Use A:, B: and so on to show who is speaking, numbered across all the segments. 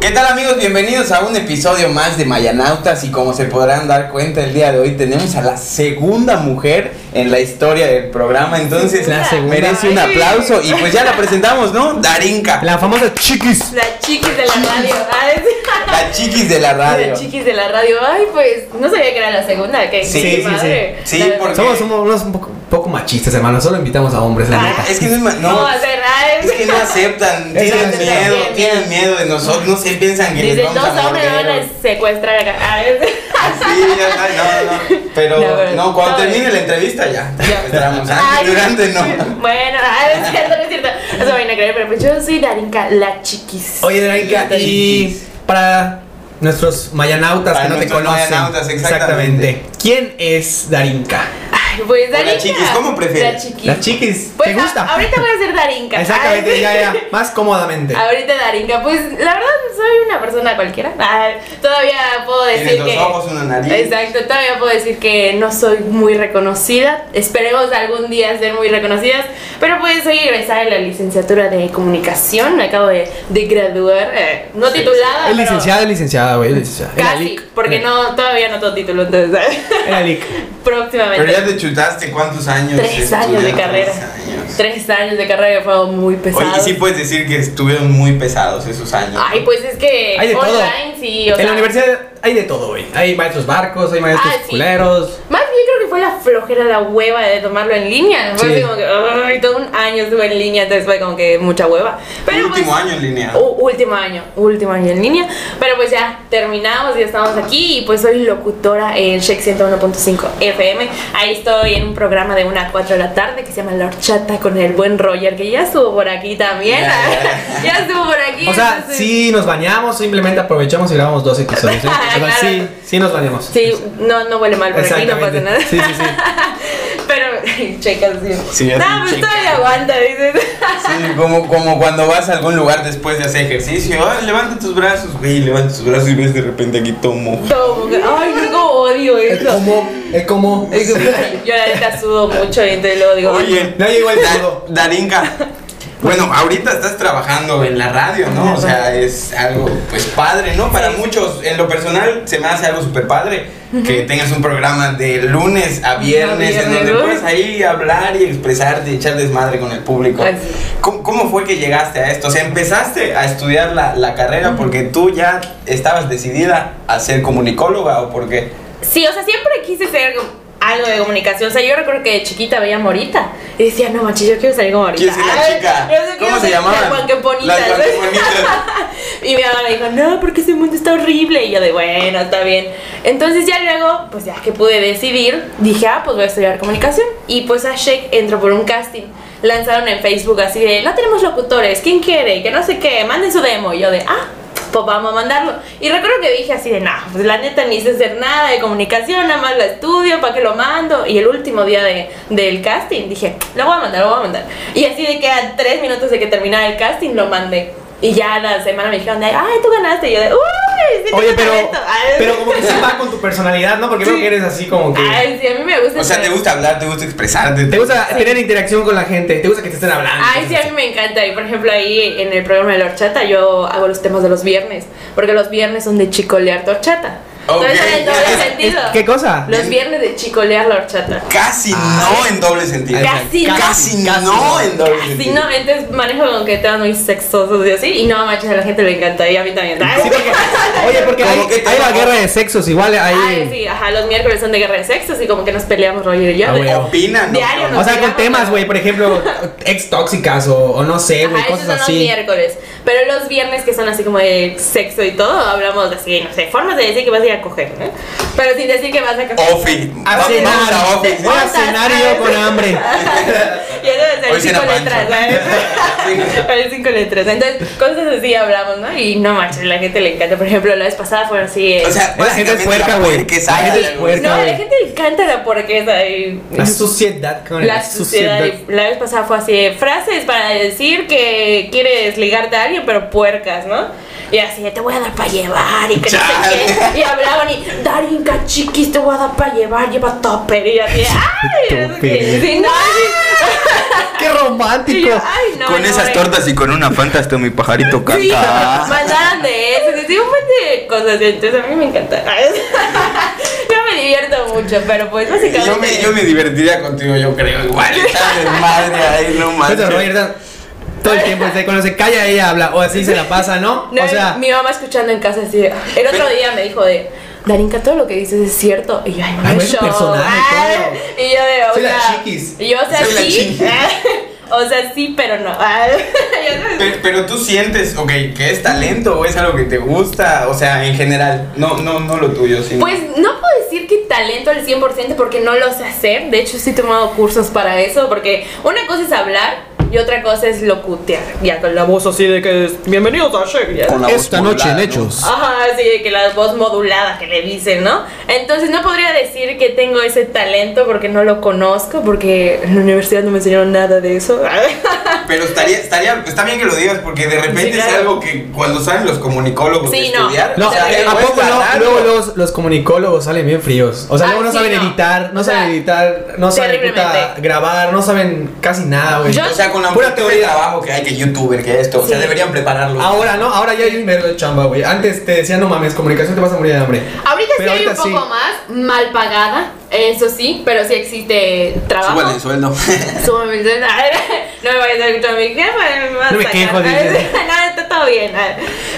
A: ¿Qué tal amigos? Bienvenidos a un episodio más de Mayanautas y como se podrán dar cuenta el día de hoy tenemos a la segunda mujer en la historia del programa, entonces
B: La segunda.
A: merece un aplauso y pues ya la presentamos, ¿no? Darinka, la,
B: La famosa chiquis.
C: La chiquis de la radio. Ay, sí.
A: chiquis de la radio.
C: La chiquis de la radio. Ay, pues no sabía que era la segunda. Que
A: Sí,
C: qué
A: sí, sí.
C: padre.
A: Sí,
C: La-
A: porque-
B: Somos unos, unos un poco, poco machistas, hermano. Solo invitamos a hombres,
C: Ah.
B: la neta.
A: Es que no, es ma-
C: No,
A: no, pues,
C: hacer nada.
A: es que no aceptan,
B: Es
A: tienen
B: que-
A: miedo, tienen miedo de nosotros, no se piensan que les
C: Dicen,
A: vamos
C: dos
A: a
C: hombres me van
A: morder.
C: a secuestrar acá. Ah, Ay,
A: Sí, ya está, no, no, no. Pero
C: La verdad.
A: no, cuando
C: No,
A: termine
C: es-
A: la entrevista ya.
C: Ya.
A: Entramos, antes,
C: Ay,
A: durante no.
C: Bueno, ay, no es cierto, no es cierto. No se vayan a creer, pero pues yo soy Darinka, la chiquis.
B: Oye, Draika, y
A: Chiquis.
B: para nuestros mayanautas
A: Para
B: que no te
A: nuestros
B: conocen.
A: mayanautas, exactamente.
B: ¿Quién es Darinka?
C: Ay, pues
A: O la
C: Darinka.
A: chiquis, ¿cómo prefieres?
C: La chiquis.
B: La chiquis.
C: Pues
B: ¿Te
C: a-
B: gusta?
C: ahorita voy a ser Darinka.
B: Exactamente,
C: Ay,
B: ya, ya. Más cómodamente.
C: Ahorita Darinka, pues la verdad soy una persona cualquiera. Ah, todavía puedo
A: Tienes
C: decir
A: dos
C: que.
A: ojos, una nariz.
C: Exacto, todavía puedo decir que no soy muy reconocida. Esperemos algún día ser muy reconocidas. Pero pues soy egresada de la licenciatura de comunicación. Me acabo de, de graduar. eh, no
A: Sí,
C: titulada.
B: Es
C: pero
B: licenciada, es licenciada, güey. es licenciada. Era
C: Casi,
B: LIC.
C: porque
B: Era-
C: no, todavía no todo título, entonces.
B: Era LIC.
C: Próximamente.
A: Pero ya te chutaste cuántos años.
C: Tres años de
A: estudiando?
C: carrera.
A: Tres años.
C: Tres años de carrera fue muy pesado.
A: Oye, y sí puedes decir que estuvieron muy pesados esos años.
C: Ay, pues es que
B: Hay de todo.
C: online sí, o
B: en
C: sea,
B: la universidad hay de todo, güey. Hay maestros barcos, hay maestros
C: Ah, sí.
B: culeros.
C: Más bien creo que fue la flojera, la hueva de tomarlo en línea. Fue
B: Sí.
C: así como que, ay, todo un año estuve en línea, entonces fue como que mucha hueva. Pero
A: último
C: pues,
A: año en línea.
C: u- último año, último año en línea. Pero pues ya terminamos, ya estamos aquí y pues soy locutora en Shake 101.5 FM. Ahí estoy en un programa de 1 a 4 de la tarde que se llama La Horchata con el buen Roger, que ya estuvo por aquí también.
A: Ya,
C: Ya, estuvo por aquí.
B: O sea,
C: entonces-
B: sí nos bañamos, simplemente aprovechamos y grabamos dos episodios. ¿eh? O sea,
C: Claro.
B: sí, sí nos bañamos.
C: Sí, no, no huele mal por aquí, no pasa
B: Exactamente.
C: nada.
B: Sí, sí, sí.
C: Pero, checas, sí.
A: Sí, ya
C: No,
A: sí,
C: pues
A: checa.
C: todavía aguanta, dices.
A: Sí, como, como cuando vas a algún lugar después de hacer ejercicio. ah, levanta tus brazos, güey, levanta tus brazos y ves de repente aquí tomo.
C: Todo, porque- Ay, yo como odio
B: Es
C: eso.
B: como, es como.
C: Es como- Ay, Yo la neta sudo mucho y entonces luego digo.
A: Oye,
B: No llegó el dedo.
A: Darinka. Bueno, ahorita estás trabajando en la radio, ¿no? O sea, es algo pues padre, ¿no? Para muchos, en lo personal, se me hace algo súper padre que tengas un programa de lunes a viernes en
C: viernes,
A: donde
C: ¿no?
A: puedes ahí hablar y expresarte y echar desmadre con el público.
C: Ay, Pues sí.
A: ¿Cómo, cómo fue que llegaste a esto? O sea, empezaste a estudiar la, la carrera porque tú ya estabas decidida a ser comunicóloga o porque...
C: Sí, o sea, siempre quise ser como algo de comunicación. O sea, yo recuerdo que de chiquita veía a Morita y decía, no manches, yo quiero salir como Morita.
A: ¿Quién es la
C: Ay,
A: chica?
C: yo sé, quiero
A: ¿Cómo se
C: ser
A: llamaba?
C: Las guanqueponitas.
A: Las guanqueponitas.
C: Y mi mamá me dijo, no, porque ese mundo está horrible. Y yo de, bueno, está bien. Entonces ya luego, pues ya que pude decidir, dije, ah, pues voy a estudiar comunicación. Y pues a Sheik entró por un casting. Lanzaron en Facebook así de, no tenemos locutores, ¿quién quiere? Que no sé qué, manden su demo. Y yo de, ah, pues vamos a mandarlo. Y recuerdo que dije así de, no, pues la neta ni sé hacer nada de comunicación, nada más lo estudio, ¿para qué lo mando? Y el último día de, del casting dije, lo voy a mandar, lo voy a mandar. Y así de que a tres minutos de que terminara el casting lo mandé. Y ya la semana me dijeron, de, ay, tú ganaste. Y yo de, uy, sí tengo
B: Oye, pero,
C: talento". Ay,
B: pero como que sí va con tu personalidad, ¿no? Porque creo que eres así como que.
C: Ay, sí, a mí me gusta.
A: O sea,
C: ser-
A: ¿te gusta hablar? ¿Te gusta expresarte?
B: Te gusta tener interacción con la gente, te gusta que te estén hablando.
C: Ay, sí, a mí me encanta. Y por ejemplo, ahí en el programa de la horchata, yo hago los temas de los viernes. Porque los viernes son de chicolear tu horchata. Entonces,
A: Ok.
C: en doble
A: Es- es-
C: sentido.
B: ¿Qué cosa?
C: Los viernes de chicolear la horchata.
A: Casi
B: Ay.
A: no en doble sentido.
C: Casi no.
A: Casi, no en doble
C: Así
A: sentido.
C: Ah, no, entonces manejo con que temas muy sexosos y así. Y no manches, a la gente le encanta. Y a mí también. Ay,
B: Sí, porque- oye, porque
A: Como
B: hay,
A: que te
B: hay la
A: enamora.
B: guerra de sexos, igual hay.
C: Ay, sí, ajá, los miércoles son de guerra de sexos y como que nos peleamos Roger y yo.
B: Ah,
C: de-
B: bueno.
A: Opinan. ¿no?
C: Diario
B: O sea, con
C: digamos,
B: temas,
C: ¿no?
B: güey, por ejemplo, ex tóxicas o, o no sé, güey,
C: Ajá, esos son los
B: cosas así.
C: miércoles. Pero los viernes que son así como de sexo y todo, hablamos de así, no sé, formas de decir que vas a ir a coger, ¿no? Pero sin decir que vas a coger.
A: Office.
B: A
A: Va-
B: cenar.
A: Vamos a Office.
B: Voy a cenar y yo con hambre. Oh,
C: Y eso de
A: Hoy
C: ser
A: cena
C: cinco letras,
A: Pancho.
C: ¿sabes? Pero cinco letras. Entonces, cosas así hablamos, ¿no? Y no manches, la gente le encanta. Por ejemplo, la vez pasada fueron así. eh,
A: O sea,
B: La gente es puerca, güey.
A: Que
B: La gente es puerca.
C: no, a la gente le encanta la porquesa. y-
B: La suciedad, con
C: La suciedad. y La vez pasada fue así: de, frases para decir que quieres ligarte a alguien, pero puercas, ¿no? Y así, de, te voy a dar para llevar y que no sé
A: Chale.
C: qué. Y hablaban y, Darinka chiquis, te voy a dar para llevar, lleva topper. Y así, ¡ay! no sé qué.
B: Topper.
C: Sí, no, sí.
B: ¡Qué
C: Y
B: romántico!
C: yo, ay, no,
A: Con
C: no,
A: esas
C: eh.
A: tortas y con una fanta hasta mi pajarito
C: Sí,
A: canta.
C: mandaban de eso. de cosas, entonces a mí me encanta. yo me divierto mucho, pero pues básicamente.
A: Yo me, yo me divertiría contigo, yo creo. Igual está de madre ahí, no
D: Pero Roger
A: manches.
D: Dan, todo el tiempo, este, cuando se calla ella habla, o así se la pasa, ¿no?
C: No,
D: o sea,
C: mi mamá escuchando en casa así. de- El otro día me dijo de. Darinka, todo lo que dices es cierto. Y yo, ay,
D: Ay,
C: mamá,
D: güey, es
C: show.
D: personal,
C: Ay,
D: todo.
C: Y yo de, o
D: Soy la
C: sea.
D: chiquis.
C: Y yo, o sea,
A: Soy la
C: sí.
A: chiquis.
C: O sea, sí, pero no. Ah, Ay, ya sabes.
A: Pero, pero tú sientes, ok, que es talento o es algo que te gusta, o sea, en general, no, no, no lo tuyo, sino.
C: Pues no puedo decir que talento al 100% porque no lo sé hacer. De hecho, sí he tomado cursos para eso porque una cosa es hablar y otra cosa es locutear. Ya con la voz así de que es bienvenidos a Shake. ya.
A: Con la voz modulada, ¿no?
C: Ajá, así de que la voz modulada que le dicen, ¿no? Entonces no podría decir que tengo ese talento porque no lo conozco, porque en la universidad no me enseñaron nada de eso.
A: Ah, Pero estaría, estaría, está bien que lo digas porque de repente
C: Sí, claro.
A: es algo que cuando salen los comunicólogos
C: Sí,
A: de
C: no.
A: estudiar,
D: No,
A: o sea,
D: ¿a
A: algo es
D: poco no?
A: ganarlo.
D: Luego los, los comunicólogos salen bien fríos. O sea,
C: Ah,
D: luego no
C: sí,
D: saben
C: no.
D: editar, no
C: O sea,
D: saben editar, no saben puta,
C: terriblemente.
D: grabar, no saben casi nada, güey.
C: Yo-
A: O sea, con la
D: Pura
A: pura teoría de
D: teoría. Ah,
A: trabajo que hay, que youtuber, que esto, o sea,
C: Sí.
A: deberían prepararlo.
D: Ahora, ¿no? Ahora ya hay un mero de chamba, güey. Antes te decían, no mames, comunicación te vas a morir de hambre.
C: Ahorita
D: Pero
C: sí hay un
D: ahorita
C: poco
D: sí.
C: más, mal pagada, eso sí, pero sí existe trabajo.
A: Súbale el sueldo.
C: Súbame el sueldo. No me vayas a escuchar a mi jefa. me va a
D: No me
C: sacar.
D: quejo, dice.
C: No, está todo bien. ah.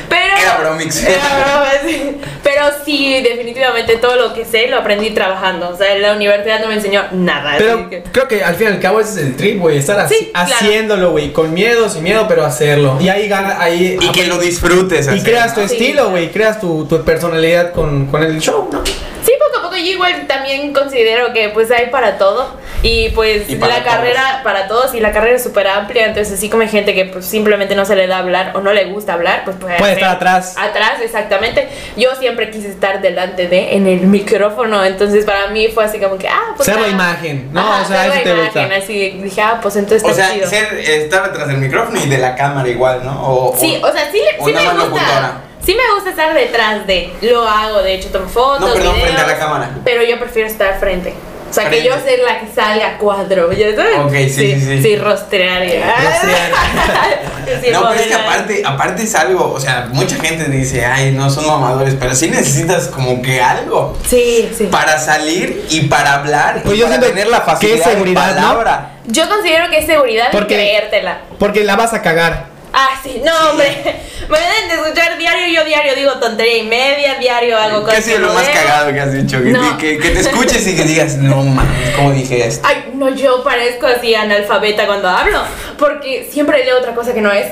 C: Pero.
A: Era bromix.
C: Era broma, sí. Pero sí, definitivamente todo lo que sé lo aprendí trabajando. O sea, en la universidad no me enseñó nada. así
D: Pero
C: que-
D: creo que al fin y al cabo ese es el trip, güey. Estar así,
C: Sí, claro.
D: haciéndolo, güey. Con miedo, sin miedo, pero hacerlo. Y ahí gana, ahí.
A: y que lo disfrutes.
D: y
A: así.
D: creas tu
C: Sí.
D: estilo, güey. Creas tu, tu personalidad con, con el show, ¿no?
C: Sí, poco a poco yo igual también considero que pues hay para todo y pues
A: Y para
C: la carrera para todos y la carrera es súper amplia, entonces así como hay gente que pues, simplemente no se le da hablar o no le gusta hablar, pues puede,
D: Puede
C: hacer-
D: estar atrás.
C: Atrás, exactamente. Yo siempre quise estar delante de en el micrófono, entonces para mí fue así como que, ah, pues...
D: Ser la
C: ah.
D: imagen, ¿no?
C: Ajá,
D: O sea,
C: ser
D: eso
C: la
D: te gusta.
C: imagen, así dije, ah, pues entonces
A: O
C: está
A: sea,
C: chido.
A: ser, estar detrás del micrófono y de la cámara igual, ¿no? O,
C: Sí,
A: o-
C: o sea, sí, le-
A: o
C: sí
A: nada
C: me
A: más
C: gusta.
A: locutora.
C: Sí me gusta estar detrás de. Lo hago, de hecho, tomo fotos.
A: No, perdón,
C: videos,
A: frente a la cámara.
C: Pero yo prefiero estar frente. O sea, que
A: Frente.
C: yo sea la que salga a cuadro. ¿ya sabes?
A: Ok, sí, sí, sí.
C: Sí, rostrear. y- Ah,
D: Rostrear.
C: Sí,
A: no, pero es que
C: modelar.
A: aparte, aparte es algo, o sea, mucha gente dice, ay, no son mamadores, pero sí necesitas como que algo
C: Sí, sí.
A: para salir y para hablar
D: Pues
A: y
D: yo
A: para
D: siento
A: tener la
D: que
A: facilidad
D: es seguridad,
A: de
D: ¿no?
A: palabra.
C: Yo considero que es seguridad y
D: Porque-
C: creértela.
D: Porque la vas a cagar.
C: Ah, sí, no, hombre. Me deben de escuchar diario. Yo diario digo tontería y media, diario hago
A: ¿Qué
C: cosas.
A: ha sido lo
C: que
A: más
C: no debo.
A: cagado que has dicho? Que,
C: ¿eh? No.
A: que- que te escuches y que digas, no mames, ¿cómo dije esto?
C: Ay, no, yo parezco así analfabeta cuando hablo, porque siempre leo otra cosa que no es.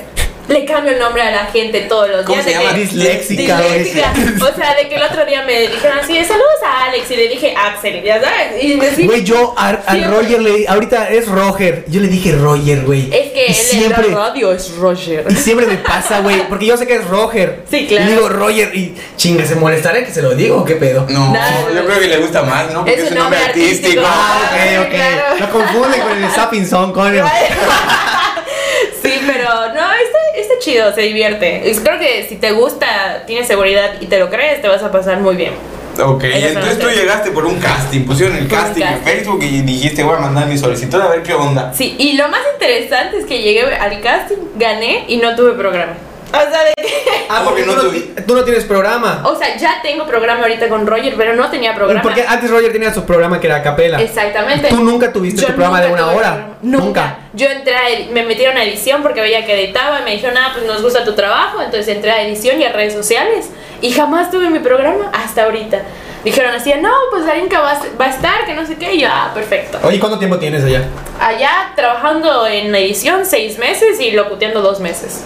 C: Le cambio el nombre a la gente todos los
A: ¿Cómo
C: días.
A: se
C: de
A: llama?
C: que-
D: Disléxica,
C: Disléxica. O sea, de que el otro día me dijeron así, de saludos a Alex, y le dije Axel, ya sabes, y me decía,
D: Güey, yo a, a
C: Siempre.
D: Roger le ahorita es Roger. Yo le dije Roger, güey.
C: es que
D: Y
C: él en la
D: siempre
C: radio es Roger.
D: y siempre me pasa, güey, porque yo sé que es Roger.
C: Sí, claro.
D: Y digo Roger y chinga, se molestará que se lo digo, o qué pedo.
A: No,
C: Nada.
A: yo creo que le gusta más, ¿no? Porque es, un nombre artístico.
D: Ah, ok, ok.
C: Claro.
D: Lo confunden con el Sapinson, con el
C: Sí, pero no, está, está chido, se divierte. Y Creo que si te gusta, tienes seguridad y te lo crees, te vas a pasar muy bien.
A: Ok,
C: Ellos
A: entonces
C: son
A: tú
C: los tres.
A: llegaste por un casting, pusieron el
C: Por un
A: casting, en
C: casting.
A: Facebook y dijiste, voy a mandar mi solicitud a ver qué onda.
C: Sí, y lo más interesante es que llegué al casting, gané y no tuve programa. O sea, de que-
D: Ah, porque tú
A: No,
D: no,
A: tú-
D: ti- tú no tienes programa.
C: o sea, ya tengo programa ahorita con Roger, pero no tenía programa.
D: Porque antes Roger tenía su programa que era a capela.
C: Exactamente.
D: Tú nunca tuviste tu programa de
C: nunca
D: una
C: tuve
D: hora.
C: programa. Nunca.
D: Nunca.
C: Yo entré, a ed- me metieron a edición porque veía que editaba y me dijeron, ah, pues nos gusta tu trabajo. Entonces entré a edición y a redes sociales y jamás tuve mi programa hasta ahorita. Dijeron así, no, pues Darinka va, a- va a estar, que no sé qué. Y yo, ah, perfecto.
D: Oye, ¿cuánto tiempo tienes allá?
C: Allá trabajando en edición seis meses y locuteando dos meses.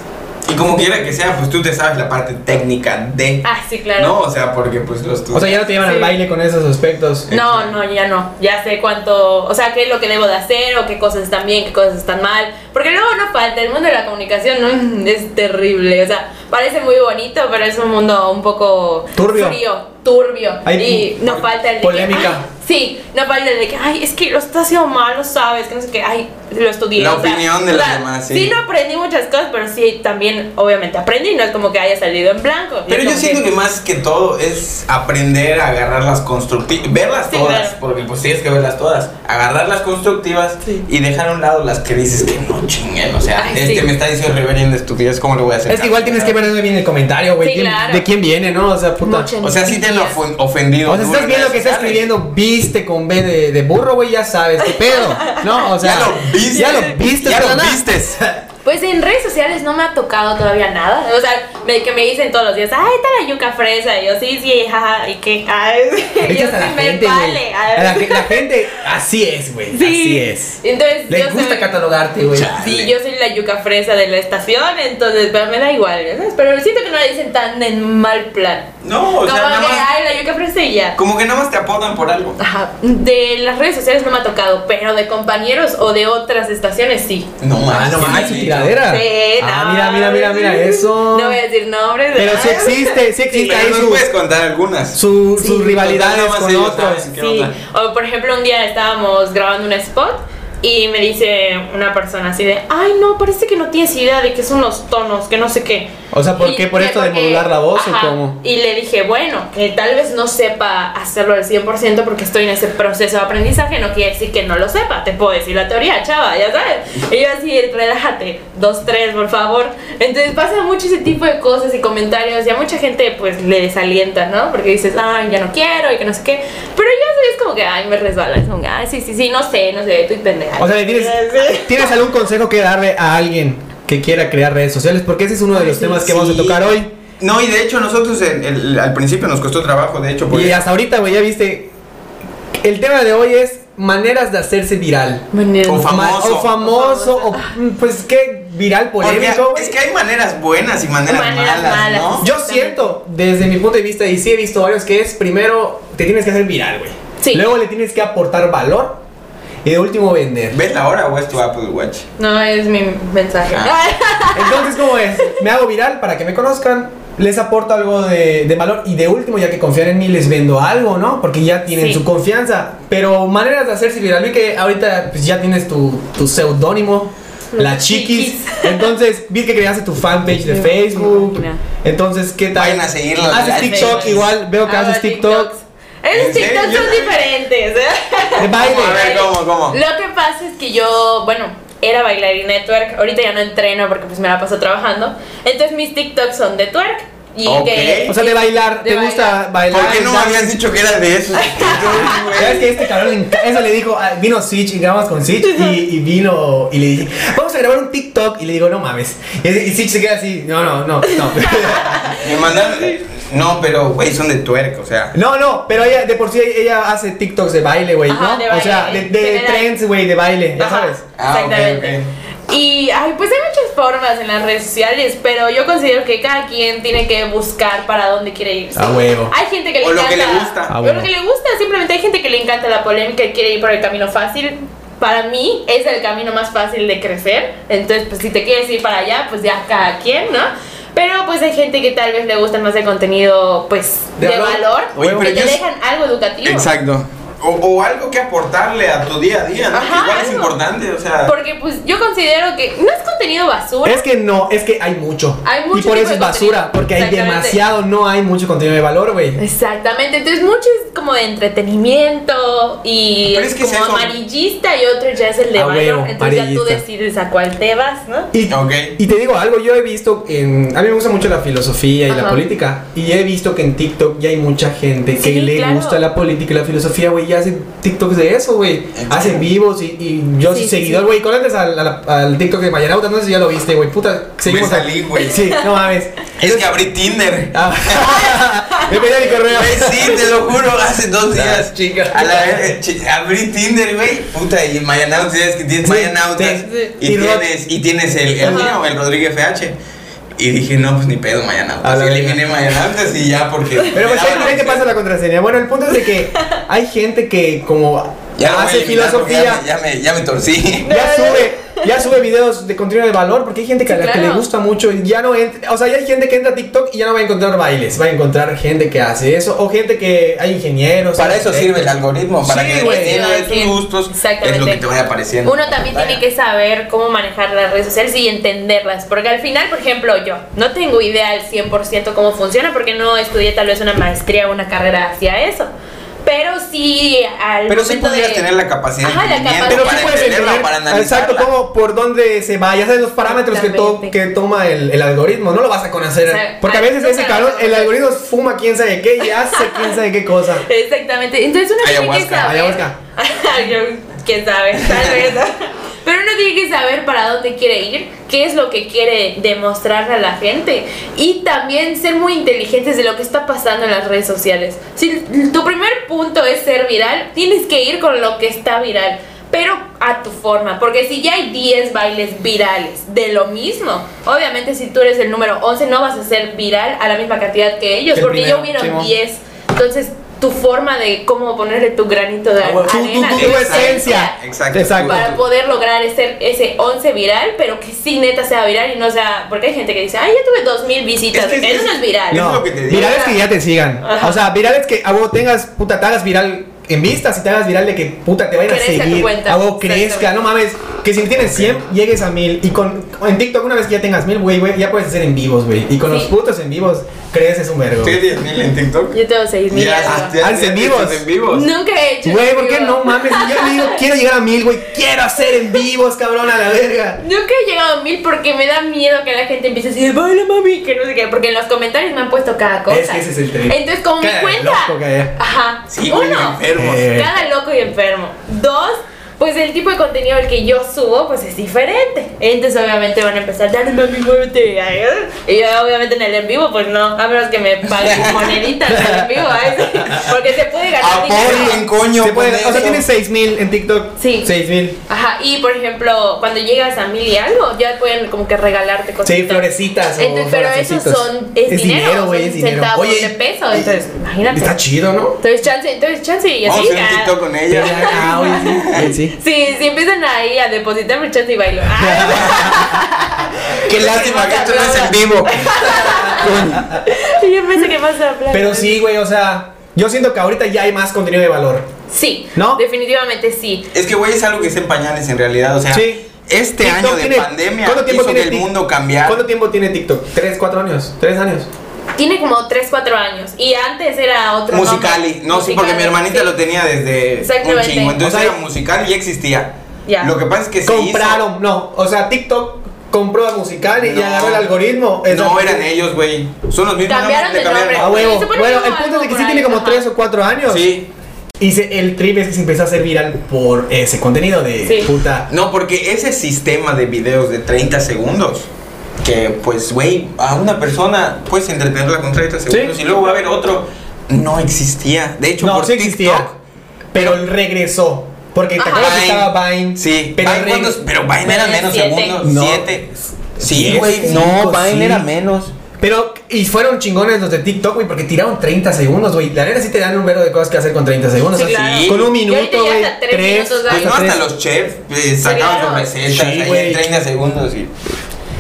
A: Y como quiera que sea, pues tú te sabes la parte técnica de.
C: Ah, sí, claro.
A: No, o sea, porque pues los tú.
D: O sea, ya no te llevan
C: Sí.
D: al baile con esos aspectos.
C: No,
A: este.
C: no, ya no. Ya sé cuánto, o sea, qué es lo que debo de hacer o qué cosas están bien, qué cosas están mal. Porque luego no falta, el mundo de la comunicación ¿no? es terrible. O sea, parece muy bonito, pero es un mundo un poco
D: Turbio.
C: frío. turbio.
D: Hay
C: y no falta el de que,
D: polémica.
C: "Ay, sí, no falta el de que, ay, es que lo estás haciendo mal, lo sabes, que no sé qué, ay, lo estudié.
A: La
C: o sea,
A: opinión de los
C: claro,
A: demás, sí.
C: no aprendí muchas cosas, pero sí, también, obviamente, aprendí, no es como que haya salido en blanco.
A: Pero
C: Es
A: yo
C: como
A: siento que más que todo es aprender a agarrarlas constructivas, verlas
C: Sí,
A: todas,
C: claro.
A: porque pues tienes que verlas todas, agarrar las constructivas
C: Sí.
A: y dejar a un lado las que dices que no chinguen, o sea,
C: Ay,
A: este
C: sí.
A: me está diciendo reverenda estupidez, ¿cómo le voy a hacer?
D: Es que igual
A: caso?
D: tienes que ver bien el comentario, güey.
C: Sí,
D: ¿Quién-
C: claro.
D: ¿De quién viene, no? O sea, puta.
C: Mucha
A: O sea, sí te lo ofen- ofendido.
D: O sea,
A: duro en
D: estás viendo
A: redes
D: que está
A: sociales.
D: escribiendo viste con B de, de burro, güey, ya sabes qué pedo. No, o sea,
A: Ya lo viste.
D: Ya lo viste,
A: Ya lo
D: perdona.
A: vistes.
C: Pues en redes sociales no me ha tocado todavía nada. O sea, me, que me dicen todos los días, ay, está la yuca fresa. Y yo, sí, sí, jaja, ¿y qué? Ay,
D: Es que
C: yo
D: hasta
C: sí
D: la
C: me
D: gente, güey.
C: vale.
D: A La,
C: ay.
D: la gente, así es, güey.
C: Sí.
D: Así es.
C: Entonces,
D: Les
C: yo
D: gusta
C: soy-
D: catalogarte, güey.
A: Chale.
C: Sí, yo soy la yuca fresa de la estación, entonces, pero me da igual, ¿sabes? Pero siento que no la dicen tan en mal plan.
A: No, o
C: Como
A: sea, nada
C: que,
A: más,
C: ay, la yuca fresa y ya.
A: como que nada más te apodan por algo.
D: Ah,
C: Ajá, de las redes sociales no me ha tocado, pero de compañeros o de otras estaciones sí.
A: No
D: Ah,
A: más,
D: no mames, su tiradera.
C: Sí,
D: Ah,
C: no.
D: mira, mira, mira, mira, eso.
C: No voy a decir nombres.
D: Pero sí
C: ¿verdad?
D: existe, sí existe ahí
A: Pero nos
D: su-
A: puedes contar algunas.
D: su-
C: Sí.
D: sus rivalidades
A: Nada más
D: con
A: ellos
D: otros.
A: saben. ¿Qué
C: Sí,
A: onda?
C: o por ejemplo un día estábamos grabando un spot y me dice una persona así de, ay no, parece que no tienes idea de que son los tonos, que no sé qué.
D: O sea, ¿por
C: Y-
D: qué? ¿Por
C: y
D: esto de
C: porque-
D: modular la voz
C: ajá,
D: o cómo?
C: Y le dije, bueno, que tal vez no sepa hacerlo al 100% porque estoy en ese proceso de aprendizaje, no quiere decir que no lo sepa, te puedo decir la teoría, chava, ya sabes. Y yo así, relájate, dos, tres, por favor. Entonces pasa mucho ese tipo de cosas y comentarios y a mucha gente pues le desalienta, ¿no? Porque dices, ay, ya no quiero y que no sé qué. Pero yo es como que, ay, me resbala, es como que, ay, sí, sí, sí, no sé, no sé, estoy pendeja.
D: O sea, ¿le tienes,
C: Sí.
D: ¿tienes algún consejo que darle a alguien que quiera crear redes sociales? Porque ese es uno de los temas que vamos a
A: Sí.
D: tocar hoy.
A: No, y de hecho nosotros en- el- al principio nos costó trabajo, de hecho,
D: Y
A: porque
D: hasta ahorita, güey, ya viste. El tema de hoy es maneras de hacerse viral.
C: Manera.
A: O famoso.
D: Ma- O famoso, o mm, pues qué viral
A: Porque
D: polémico. güey.
A: es que hay maneras buenas y maneras,
C: Maneras
A: malas,
C: malas.
A: ¿no?
D: Yo siento, desde mi punto de vista, y sí he visto varios, que es primero te tienes que hacer viral, güey.
C: Sí.
D: Luego le tienes que aportar valor. Y de último, vender.
A: ¿Ves la hora o es tu Apple Watch?
C: No es mi mensaje.
A: Ah.
D: Entonces, ¿cómo es? Me hago viral para que me conozcan, les aporto algo de, de valor y de último, ya que confían en mí, les vendo algo, ¿no? Porque ya tienen
C: Sí.
D: su confianza. Pero maneras de hacerse viral. Vi que ahorita pues, ya tienes tu, tu seudónimo. La
C: La
D: chiquis.
C: Chiquis.
D: Entonces, vi que creaste tu fanpage de
C: Sí,
D: Facebook.
C: imagina.
D: Entonces, ¿qué tal?
A: Vayan a seguirla.
D: Haces
C: Ah,
A: Las
D: TikTok
A: redes.
D: igual. Veo que
C: Hago
D: haces TikTok.
A: ¿En
C: Ah, Esos
A: serio?
C: TikToks son
A: Yo-
C: diferentes. ¿eh?
D: De baile.
A: A ver, ¿cómo, cómo?
C: Lo que pasa es que yo, bueno, era bailarina de twerk. Ahorita ya no entreno porque pues me la paso trabajando. Entonces mis TikToks son de twerk. Y
A: Ok.
C: de,
D: O sea, de bailar.
C: De
D: ¿Te gusta bailar?
A: ¿Por qué no me
D: danzar?
A: habías dicho que era de esos?
D: Ya ves que este cabrón, le enca- eso le dijo, ah, vino Sitch y grabamos con Sitch y, y vino y le dije, vamos a grabar un TikTok y le digo, no mames. Y, y Sitch se queda así, no, no, no, no.
A: Me mandaron. No, pero, güey, son de tuerca, o sea.
D: No, no, pero ella, de por sí, ella hace TikToks de baile, güey,
C: Ajá,
D: ¿no?
C: de
D: o sea, de,
C: baile,
D: de
C: general.
D: trends, güey, de baile, ya
C: Ajá,
D: sabes.
A: Ah, ok,
C: Exactamente. Y ay, pues hay muchas formas en las redes sociales, pero yo considero que cada quien tiene que buscar para dónde quiere ir.
D: A huevo.
C: Hay gente que le
A: O lo
C: encanta.
A: que le gusta.
D: A
C: o
D: huevo.
C: lo que le gusta, simplemente hay gente que le encanta la polémica y quiere ir por el camino fácil. Para mí es el camino más fácil de crecer. Entonces, pues si te quieres ir para allá, pues ya cada quien, ¿no? Pero pues hay gente que tal vez le gusta más el contenido, pues,
D: De
C: de,
D: valor.
C: valor,
A: Oye,
C: que
A: pero
C: te
A: yo-
C: dejan algo educativo.
A: O, o algo que aportarle a tu día a día, ¿no? Que
C: Ajá,
A: igual es
C: algo.
A: importante, o sea.
C: Porque pues yo considero que no es contenido basura.
D: Es que no, es que hay mucho.
C: Hay mucho
D: y por
C: tipo
D: eso
C: de
D: es basura,
C: contenido.
D: porque hay
C: Exactamente.
D: demasiado, no hay mucho contenido de valor, güey.
C: Exactamente, entonces mucho es como de entretenimiento y
A: Pero es que es
C: como
A: eso.
C: amarillista y otro ya es el de
D: A
C: valor,
D: huevo,
C: entonces ya tú
D: amarillista.
C: decides a cuál te vas, ¿no?
D: Y,
A: Ok.
D: y te digo algo, yo he visto en. A mí me gusta mucho la filosofía y la
C: Ajá.
D: política. Y he visto que en TikTok ya hay mucha gente que
C: Sí,
D: le
C: claro.
D: gusta la política y la filosofía, güey. Y hacen TikToks de eso, güey.
A: serio?
D: Hacen vivos y, y yo
C: Sí, sí,
D: soy seguidor,
C: sí.
D: güey. Conéctate al, al- al TikTok de Mayanauta, no sé si ya lo viste, güey. Puta, seguimos.
A: Me
D: a-
A: salí, güey.
D: Sí, no mames.
A: Es que abrí Tinder.
D: Ah, me pedí mi correo.
A: Güey, sí, te lo juro, hace dos días.
D: Las chicas.
A: A la eh, verga, chi- abrí Tinder, güey. Puta, y Mayanautas, sabes que tienes
D: Sí,
A: Mayanautas.
D: sí, sí.
A: Y,
D: Y Rod-
A: tienes, y tienes el, el
C: Ajá.
A: mío, el Rodríguez FH. Y dije, no, pues ni pedo
D: A
A: Mayanautas.
D: la
A: Y eliminé Mayanautas y ya, porque.
D: Pero pues
A: me daba
D: ahí te
A: risa.
D: pasa la contraseña. Bueno, el punto es de que hay gente que como
A: Ya lo voy a
D: hace
A: eliminar porque
D: filosofía.
A: Ya me, ya, me, ya me torcí.
D: Ya sube, Ya sube videos de contenido de valor porque hay gente
C: Sí,
D: que, a la que
C: claro.
D: le gusta mucho y ya no entra. O sea, ya hay gente que entra a TikTok y ya no va a encontrar bailes. Va a encontrar gente que hace eso o gente que hay ingenieros.
A: Para eso sirve el algoritmo, para
D: Sí,
A: que
D: güey.
A: dependiendo de tus gustos es lo que te vaya apareciendo.
C: Uno también tiene que saber cómo manejar las redes sociales y entenderlas. Porque al final, por ejemplo, yo no tengo idea al 100% cómo funciona porque no estudié tal vez una maestría o una carrera hacia eso. Pero sí, al
A: Pero sí
C: momento
A: pudieras
C: de-
A: tener la capacidad de
C: Ajá, la
A: entendimiento
C: capacidad.
D: Pero sí
A: para
D: puedes
A: entenderla,
D: entender
A: para analizarla.
D: exacto cómo, por dónde se va, ya sabes los parámetros que, to-
C: Exactamente.
D: que toma el, el algoritmo, no lo vas a conocer.
C: O sea,
D: porque a
C: ah,
D: veces
C: nunca
D: ese
C: lo
D: cabrón,
C: vas a
D: el
C: conocer.
D: algoritmo fuma quién sabe qué y hace quién sabe qué cosa.
C: Exactamente. Entonces uno tiene que
A: Ayahuasca,
C: saber.
D: ayahuasca.
C: Yo, quién sabe, tal vez. Pero uno tiene que saber para dónde quiere ir, qué es lo que quiere demostrarle a la gente y también ser muy inteligentes de lo que está pasando en las redes sociales. Si tu primer punto es ser viral, tienes que ir con lo que está viral, pero a tu forma, porque si ya hay 10 bailes virales de lo mismo, obviamente si tú eres el número 11 no vas a ser viral a la misma cantidad que ellos,
D: El
C: porque
D: primero,
C: ya hubieron
D: Simón.
C: 10 es, Entonces, tu forma de cómo ponerle tu granito de
D: Ah, bueno, tú-
C: arena,
D: tú- tú-
C: tu
D: tu esencia.
A: Exacto.
D: Exacto.
C: para poder lograr ese, ese 11 viral, pero que sí neta sea viral y no sea. Porque hay gente que dice, ay, ya tuve 2000 visitas.
A: Es que es-
C: Eso no es viral.
A: Eso es
D: No,
A: lo que te digo.
D: virales que ya te sigan.
C: Ajá.
D: O sea, virales que a vos tengas, puta, te hagas viral en vistas y te hagas viral de que puta te vayan a
C: Crezca tu
D: seguir.
C: cuenta.
D: A vos crezca, no mames. Que si tienes 100, llegues a 1000. Y con, en TikTok, una vez que ya tengas 1000, güey, güey, ya puedes hacer en vivos, güey. Y con
C: Sí.
D: los putos en vivos, creces un vergo.
A: ¿Tienes 10.000 en TikTok?
C: Yo tengo 6000.
A: Ya,
C: algo.
A: ya,
D: Hacen
A: ya,
D: vivos.
A: en vivos.
C: Nunca he hecho.
D: Güey,
C: un
D: ¿por qué
C: video.
D: no mames? Yo le digo, quiero llegar a 1000, güey. Quiero hacer en vivos, cabrón, a la verga.
C: Nunca he llegado a mil porque me da miedo que la gente empiece a decir, baila mami, que no sé qué, porque en los comentarios me han puesto cada cosa.
D: Es que ese es el trip.
C: Entonces, como mi
D: Cada
C: cuenta.
D: loco que hay.
C: Ajá.
A: Sí, güey,
C: Uno.
A: enfermos.
D: Eh.
C: Cada loco y enfermo. Dos, pues el tipo de contenido al que yo subo, pues es diferente. Entonces obviamente van a empezar, dale mami, muévete. ay, ay". Y yo obviamente en el en vivo, pues no, a menos que me paguen moneditas en el en vivo, ay, sí, porque se puede ganar
A: Apoyen,
C: dinero.
A: coño.
D: Se puede-
A: con
D: o sea,
A: eso.
D: tienes 6000 en TikTok.
C: Sí.
D: 6000.
C: Ajá, y por ejemplo, cuando llegas a mil y algo, ya pueden como que regalarte cosas.
D: Sí, florecitas. o
C: Entonces, pero esos
D: corazoncitos.
C: son, es, dinero,
D: güey,
C: son
D: es dinero.
C: centavos
D: Oye,
C: de peso, entonces, imagínate.
D: Está chido, ¿no?
C: Entonces, chance, entonces, chance, y así.
A: Vamos a hacer un
C: ah,
A: TikTok con ella.
D: Ah, oye, sí, oye, sí.
C: Sí, sí empiezan ahí a depositarme chance y bailo. Ah,
A: Qué lástima que esto no es en vivo.
C: yo pensé que más hablar.
D: Pero sí, güey, o sea, yo siento que ahorita ya hay más contenido de valor.
C: Sí,
D: ¿No?
C: definitivamente sí.
A: Es que, güey, es algo que está en pañales en realidad. O sea,
D: Sí.
A: este
D: TikTok
A: año de
D: tiene-
A: pandemia hizo que el
D: Tik-
A: mundo cambiara.
D: ¿Cuánto tiempo tiene TikTok? ¿Tres, cuatro años? ¿Tres años?
C: Tiene como 3, 4 años. Y antes era otro
A: Musicali, no, sí, porque mi hermanita lo tenía desde un
C: Exactamente.
A: chingo. Entonces
D: O sea,
A: era musical y existía.
C: Ya.
A: Lo que pasa es que se
D: Compraron, no, o sea, Tiktok compró a Musical y
A: No.
D: agarró el algoritmo.
A: hizo.
D: Exacto.
A: No eran ellos, güey. Son los mismos. nada más
C: Cambiaron
A: le
C: de
A: cambiaron.
D: Ah,
C: nombre.
D: huevo.
C: Se supone
D: Bueno,
C: que
D: el
C: hubo
D: punto es de
C: algo
D: que sí
C: por
D: tiene
C: ahí,
D: como
C: ajá.
D: tres o cuatro años.
A: Sí.
D: Y se- el trip es que se empezó a hacer viral por ese contenido de
C: Sí.
D: puta.
A: No, porque ese sistema de videos de 30 segundos, que pues, güey, a una persona puedes entretenerla con 30 segundos
D: Sí.
A: y luego va a haber otro, no existía. De hecho,
D: No,
A: por
D: sí
A: TikTok,
D: existía. Pero él regresó. Porque te
C: Ajá.
D: acuerdas que
A: Vine,
D: estaba Vine.
A: Sí,
D: Pero
A: pero
D: él
A: Vine,
D: reg-
A: ¿cuántos? Pero Vine era menos
C: Siete.
A: segundos.
D: No.
A: Siete. Sí,
D: Diez,
A: güey.
D: cinco,
A: No, Vine
D: sí.
A: era menos.
D: Pero, y fueron chingones los de TikTok, güey, porque tiraron 30 segundos, güey. La neta sí te dan un vero de cosas que hacer con 30 segundos.
C: Sí,
D: O sea,
C: claro.
D: Con un
C: Y ahorita
D: minuto,
C: ya
D: güey.
C: hasta tres
D: Tres.
C: minutos
A: Pues
C: Ay,
A: no,
D: hasta
A: hasta
D: tres.
A: los chefs eh, sacaban
C: Claro.
A: sus recetas
D: Sí,
A: ahí
D: güey.
A: en 30 segundos y.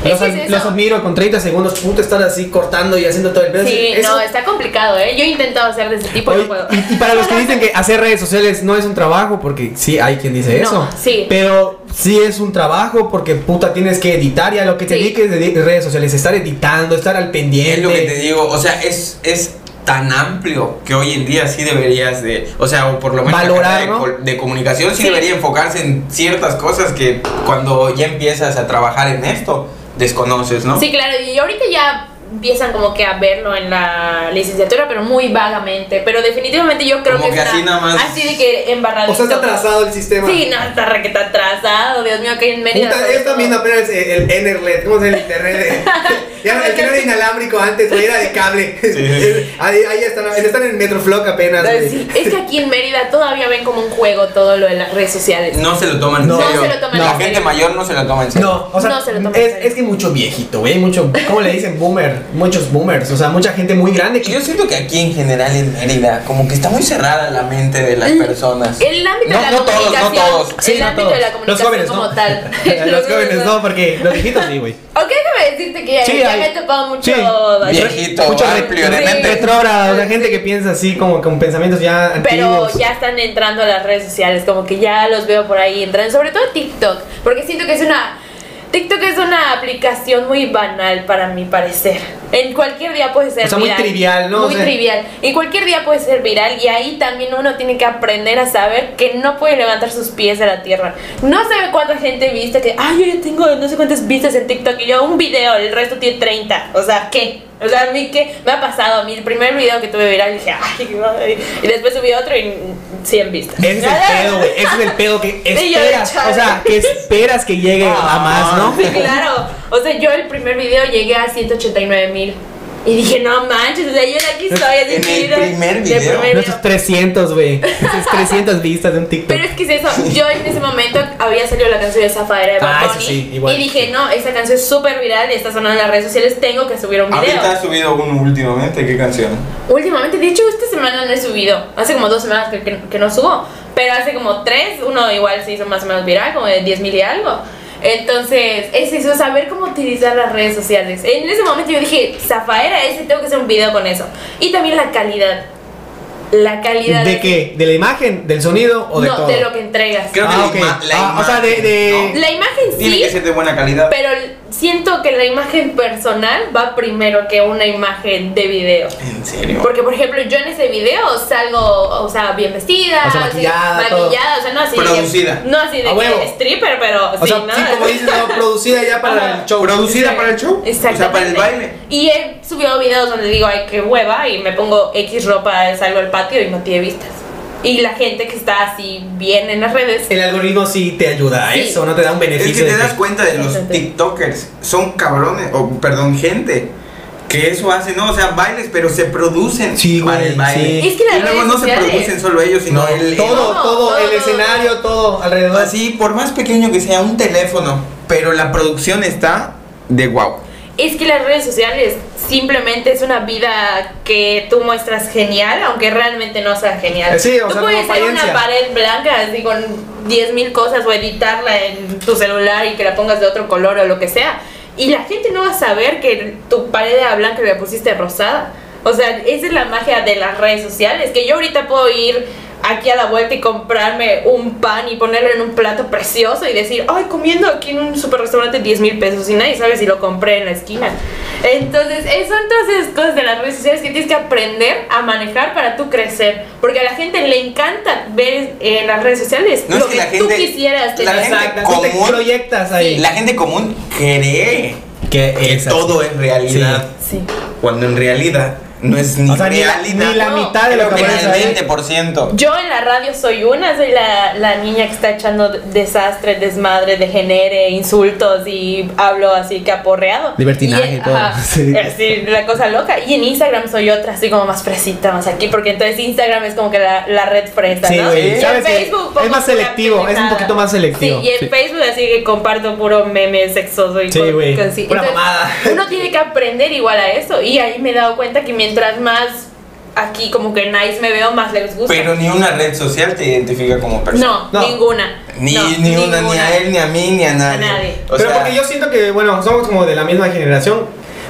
D: Los,
C: Eso es eso.
D: los admiro con 30 segundos, puto, están así cortando y haciendo todo el pedo.
C: Sí,
D: Eso-
C: no, está complicado, ¿eh? Yo he intentado hacer de ese tipo y
D: Oye,
C: no puedo.
D: y, y para los que dicen que hacer redes sociales no es un trabajo, porque sí hay quien dice
C: No,
D: eso.
C: sí.
D: Pero sí es un trabajo porque puta tienes que editar y a lo que te
C: Sí.
D: dediques de de redes sociales, estar editando, estar al pendiente.
A: Es lo que te digo, o sea, es, es tan amplio que hoy en día sí deberías de, o sea, o por lo menos la
D: Valorar,
A: carrera de
D: ¿no?
A: col- de, comunicación sí,
C: Sí.
A: debería enfocarse en ciertas cosas que cuando ya empiezas a trabajar en esto desconoces, ¿no?
C: Sí, claro, y ahorita ya empiezan como que a verlo en la licenciatura, pero muy vagamente. Pero definitivamente yo creo
A: Como
C: que,
A: que
C: está
A: así nada más.
C: así de que embarradito.
D: O sea, está atrasado el sistema.
C: Sí, no, está requeta atrasado, Dios mío, que en Mérida.
D: Puta,
C: sobre
D: es también
C: todo.
D: apenas el, el Enerlet, ¿cómo se llama el internet? de- Ya, el que no era inalámbrico antes, güey, era de cable.
A: Sí.
D: Ahí, ahí están, están en Metroflog apenas, güey.
C: Sí, Es que aquí en Mérida todavía ven como un juego todo lo de las redes sociales.
A: No se lo toman en
D: No.
A: serio.
C: No se lo toman
A: La
C: en serio.
A: gente mayor no se lo toma en serio.
D: No, o sea,
C: No se lo toma en
D: es,
C: serio.
D: es que mucho viejito, güey, mucho, ¿cómo le dicen? Boomer, muchos boomers, o sea, mucha gente muy grande que
A: Yo siento que aquí en general en Mérida, como que está muy cerrada la mente de las
C: Mm.
A: personas.
C: El ámbito
A: No-
C: de la
A: no todos, no
C: comunicación.
A: todos.
D: Sí,
C: el
D: no
C: ámbito
D: todos.
C: de la
D: Los
C: comunicación
D: jóvenes
C: como
D: no.
C: tal.
D: los jóvenes no, porque los viejitos sí, güey.
C: Ok, déjame decirte que ya,
D: Sí,
C: Eh, ya
D: hay-
C: me he topado mucho.
D: sí.
C: así.
A: Viejito,
D: Mucho
A: amplio, de
C: Sí.
A: mente.
D: Retrógrada, o sea, gente que piensa así como con pensamientos ya
C: Pero
D: antiguos.
C: ya están entrando a las redes sociales, como que ya los veo por ahí entrando, sobre todo TikTok, porque siento que es una TikTok es una aplicación muy banal para mi parecer. En cualquier día puede ser
D: O sea, muy
C: viral.
D: trivial, ¿no?
C: Muy
D: O sea-
C: trivial. En cualquier día puede ser viral y ahí también uno tiene que aprender a saber que no puede levantar sus pies de la tierra. No sabe cuánta gente viste que, ay, yo ya tengo no sé cuántas vistas en TikTok y yo un video, el resto tiene 30. O sea, ¿qué? O sea, a mí que me ha pasado, a mí el primer video que tuve viral dije, ay, madre". y después subí otro y 100 vistas.
D: Ese es el pedo, güey. Ese es el pedo que
C: Sí, yo de
D: esperas.
C: chale. Ah,
D: O sea, que esperas que llegue a más, ¿no?
C: Sí, claro. O sea, yo el primer video llegué a 189 mil. Y dije, no manches, o sea, yo de aquí soy así.
A: En el
C: mira,
A: primer
C: de
A: video.
C: primer
D: No,
C: video.
D: esos 300, güey. Esos 300 vistas de un TikTok.
C: Pero es que es eso, yo en ese momento había salido la canción de Zafaera de Bad
D: Ah, eso
C: Bunny,
D: sí, igual.
C: Y dije, no, esta canción es súper viral, está sonando en las redes sociales, tengo que subir un video.
A: Ahorita has subido uno últimamente, ¿qué canción?
C: Últimamente, de hecho, esta semana no he subido. Hace como dos semanas que, que- que no subo. Pero hace como tres, uno igual se hizo más o menos viral, como de 10 mil y algo. Entonces, es eso, saber cómo utilizar las redes sociales. En ese momento yo dije, Zafaera, ese tengo que hacer un video con eso. Y también la calidad. La calidad.
D: ¿De qué? ¿De la imagen? ¿Del sonido o de
C: no,
D: todo?
C: de lo que entregas.
A: Creo
D: Ah,
A: que
D: ok.
A: la, ima- la
D: Ah, o sea,
A: imagen,
D: de- de-
A: ¿no?
C: La imagen
A: Tiene
C: sí,
A: que ser de buena calidad.
C: pero siento que la imagen personal va primero que una imagen de video.
A: en serio.
C: Porque, por ejemplo, yo en ese video salgo, o sea, bien vestida,
D: O sea,
C: así,
D: maquillada, todo.
C: maquillada, o sea, no así. de que-
A: Producida.
C: no así de
D: A
C: que
D: huevo.
C: stripper, pero
D: O
C: sí,
D: sea,
C: nada.
D: sí, como dices, no, producida ya para
C: Ajá.
D: el show.
A: ¿Producida para el show? O sea,
C: Exactamente.
A: para el baile.
C: Y he subido videos donde digo, ay, qué hueva, y me pongo X ropa, salgo al patio y no tiene vistas. Y la gente que está así bien en las redes.
D: El algoritmo sí te ayuda a
C: Sí.
D: eso, no te da un
A: Es
D: beneficio.
A: que te
D: de
A: das cuenta de los
C: Exacto.
A: TikTokers, son cabrones, o perdón, gente que eso hace, no, o sea, bailes, pero se producen
D: Sí, güey,
A: para el baile.
D: sí.
C: Es que las
A: y luego
C: redes
A: no se
C: sociales-
A: producen solo ellos, sino
D: No,
A: el, el-
D: todo,
C: No,
D: todo, el
C: todo.
D: escenario, todo alrededor.
A: así, por más pequeño que sea un teléfono, pero la producción está de wow.
C: Es que las redes sociales simplemente es una vida que tú muestras genial, aunque realmente no sea genial.
D: Eh, sí, o
C: tú
D: sea,
C: puedes
D: como
C: ser una
D: apariencia.
C: pared blanca así con 10.000 cosas o editarla en tu celular y que la pongas de otro color o lo que sea. Y la gente no va a saber que tu pared era blanca y la pusiste rosada. O sea, esa es la magia de las redes sociales, que yo ahorita puedo ir aquí a la vuelta y comprarme un pan y ponerlo en un plato precioso y decir, ay, comiendo aquí en un super restaurante 10 mil pesos y nadie sabe si lo compré en la esquina. Entonces, eh, son todas esas cosas de las redes sociales que tienes que aprender a manejar para tú crecer, porque a la gente le encanta ver en las redes sociales
A: No, es
C: lo
A: que
C: que,
A: la
C: tú
A: gente-
C: quisieras
A: la
C: tener.
A: gente
D: Exacto, tú te
A: común.
D: proyectas ahí.
A: La gente común cree
D: que
A: que
D: es así.
A: todo es realidad,
C: Sí.
A: cuando en realidad no es ni
D: O sea, ni la,
A: realidad.
D: ni la
C: No,
D: mitad de lo
A: Creo
D: que
A: que
D: aparece ahí.
A: ni el 20%.
C: Yo en la radio soy una, soy la, la niña que está echando desastre, desmadre, degenere, insultos y hablo así que aporreado.
D: Libertinaje y todo.
C: ajá,
D: Sí.
C: eh, sí, la cosa loca. Y en Instagram soy otra, así como más fresita, más aquí, porque entonces Instagram es como que la, la red fresa,
D: Sí,
C: ¿no?
D: güey,
C: Y en
D: ¿sabes qué?
C: Facebook pongo
D: Es más
C: pura
D: selectivo, es un poquito más selectivo.
C: Sí, y en
D: Sí.
C: Facebook así que comparto puro meme sexoso y
D: Sí,
C: cosas
D: güey,
C: así.
D: pura
C: Entonces,
D: mamada.
C: Uno tiene que aprender igual a eso. Y ahí me he dado cuenta que mientras más aquí como que nice me veo, más les gusta.
A: Pero ni una red social te identifica como persona.
C: No,
D: No.
C: ninguna.
A: Ni,
C: No,
A: ni una, ni a él, ni a mí, ni a nadie.
C: nadie.
A: O
D: Pero
A: sea,
D: porque yo siento que, bueno, somos como de la misma generación.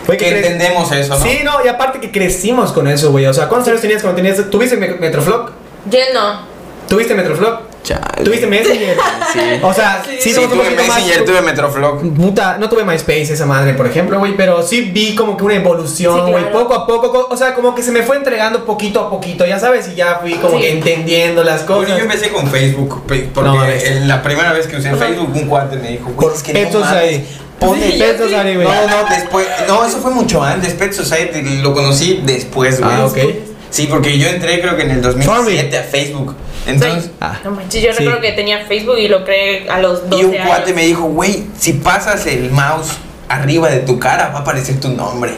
D: Güey,
A: que
D: cre-
A: entendemos eso, ¿no?
D: Sí, no, y aparte que crecimos con eso, güey. O sea, ¿cuántos años tenías cuando tenías. ¿Tuviste Me- Metroflog?
C: Yo no.
D: ¿Tuviste Metroflog?
A: Chale.
D: ¿Tuviste Messenger?
A: Sí.
D: O sea, sí,
A: Sí,
D: somos un
A: tuve
D: poquito más-
A: Messenger, tuve Metroflog.
D: Puta, no tuve MySpace esa madre, por ejemplo, güey, pero sí vi como que una
C: Sí,
D: evolución,
C: claro.
D: güey, poco a poco, co- o sea, como que se me fue entregando poquito a poquito, ya sabes, y ya fui como
C: Sí.
D: que entendiendo las
A: Bueno,
D: cosas.
A: yo empecé con Facebook, pe- porque
D: No mames.
A: en la primera vez que usé
C: Ajá.
A: Facebook, un cuate me dijo, güey,
D: Por
A: es que
D: Pet
A: no mames,
D: Society.
A: pon el-
C: Sí,
D: Pet
C: yo sí.
D: Society, güey.
A: No, no, después, no, eso fue mucho antes, Pet Society, lo conocí después, güey.
D: Ah, ok.
A: Sí, porque yo entré creo que en el 2007 a Facebook, entonces...
C: Soy-
D: Ah,
C: no manches, yo
D: sí.
C: no creo que tenía Facebook y lo creé a los 12
A: Y un
C: años.
A: cuate me dijo, güey, si pasas el mouse arriba de tu cara va a aparecer tu nombre.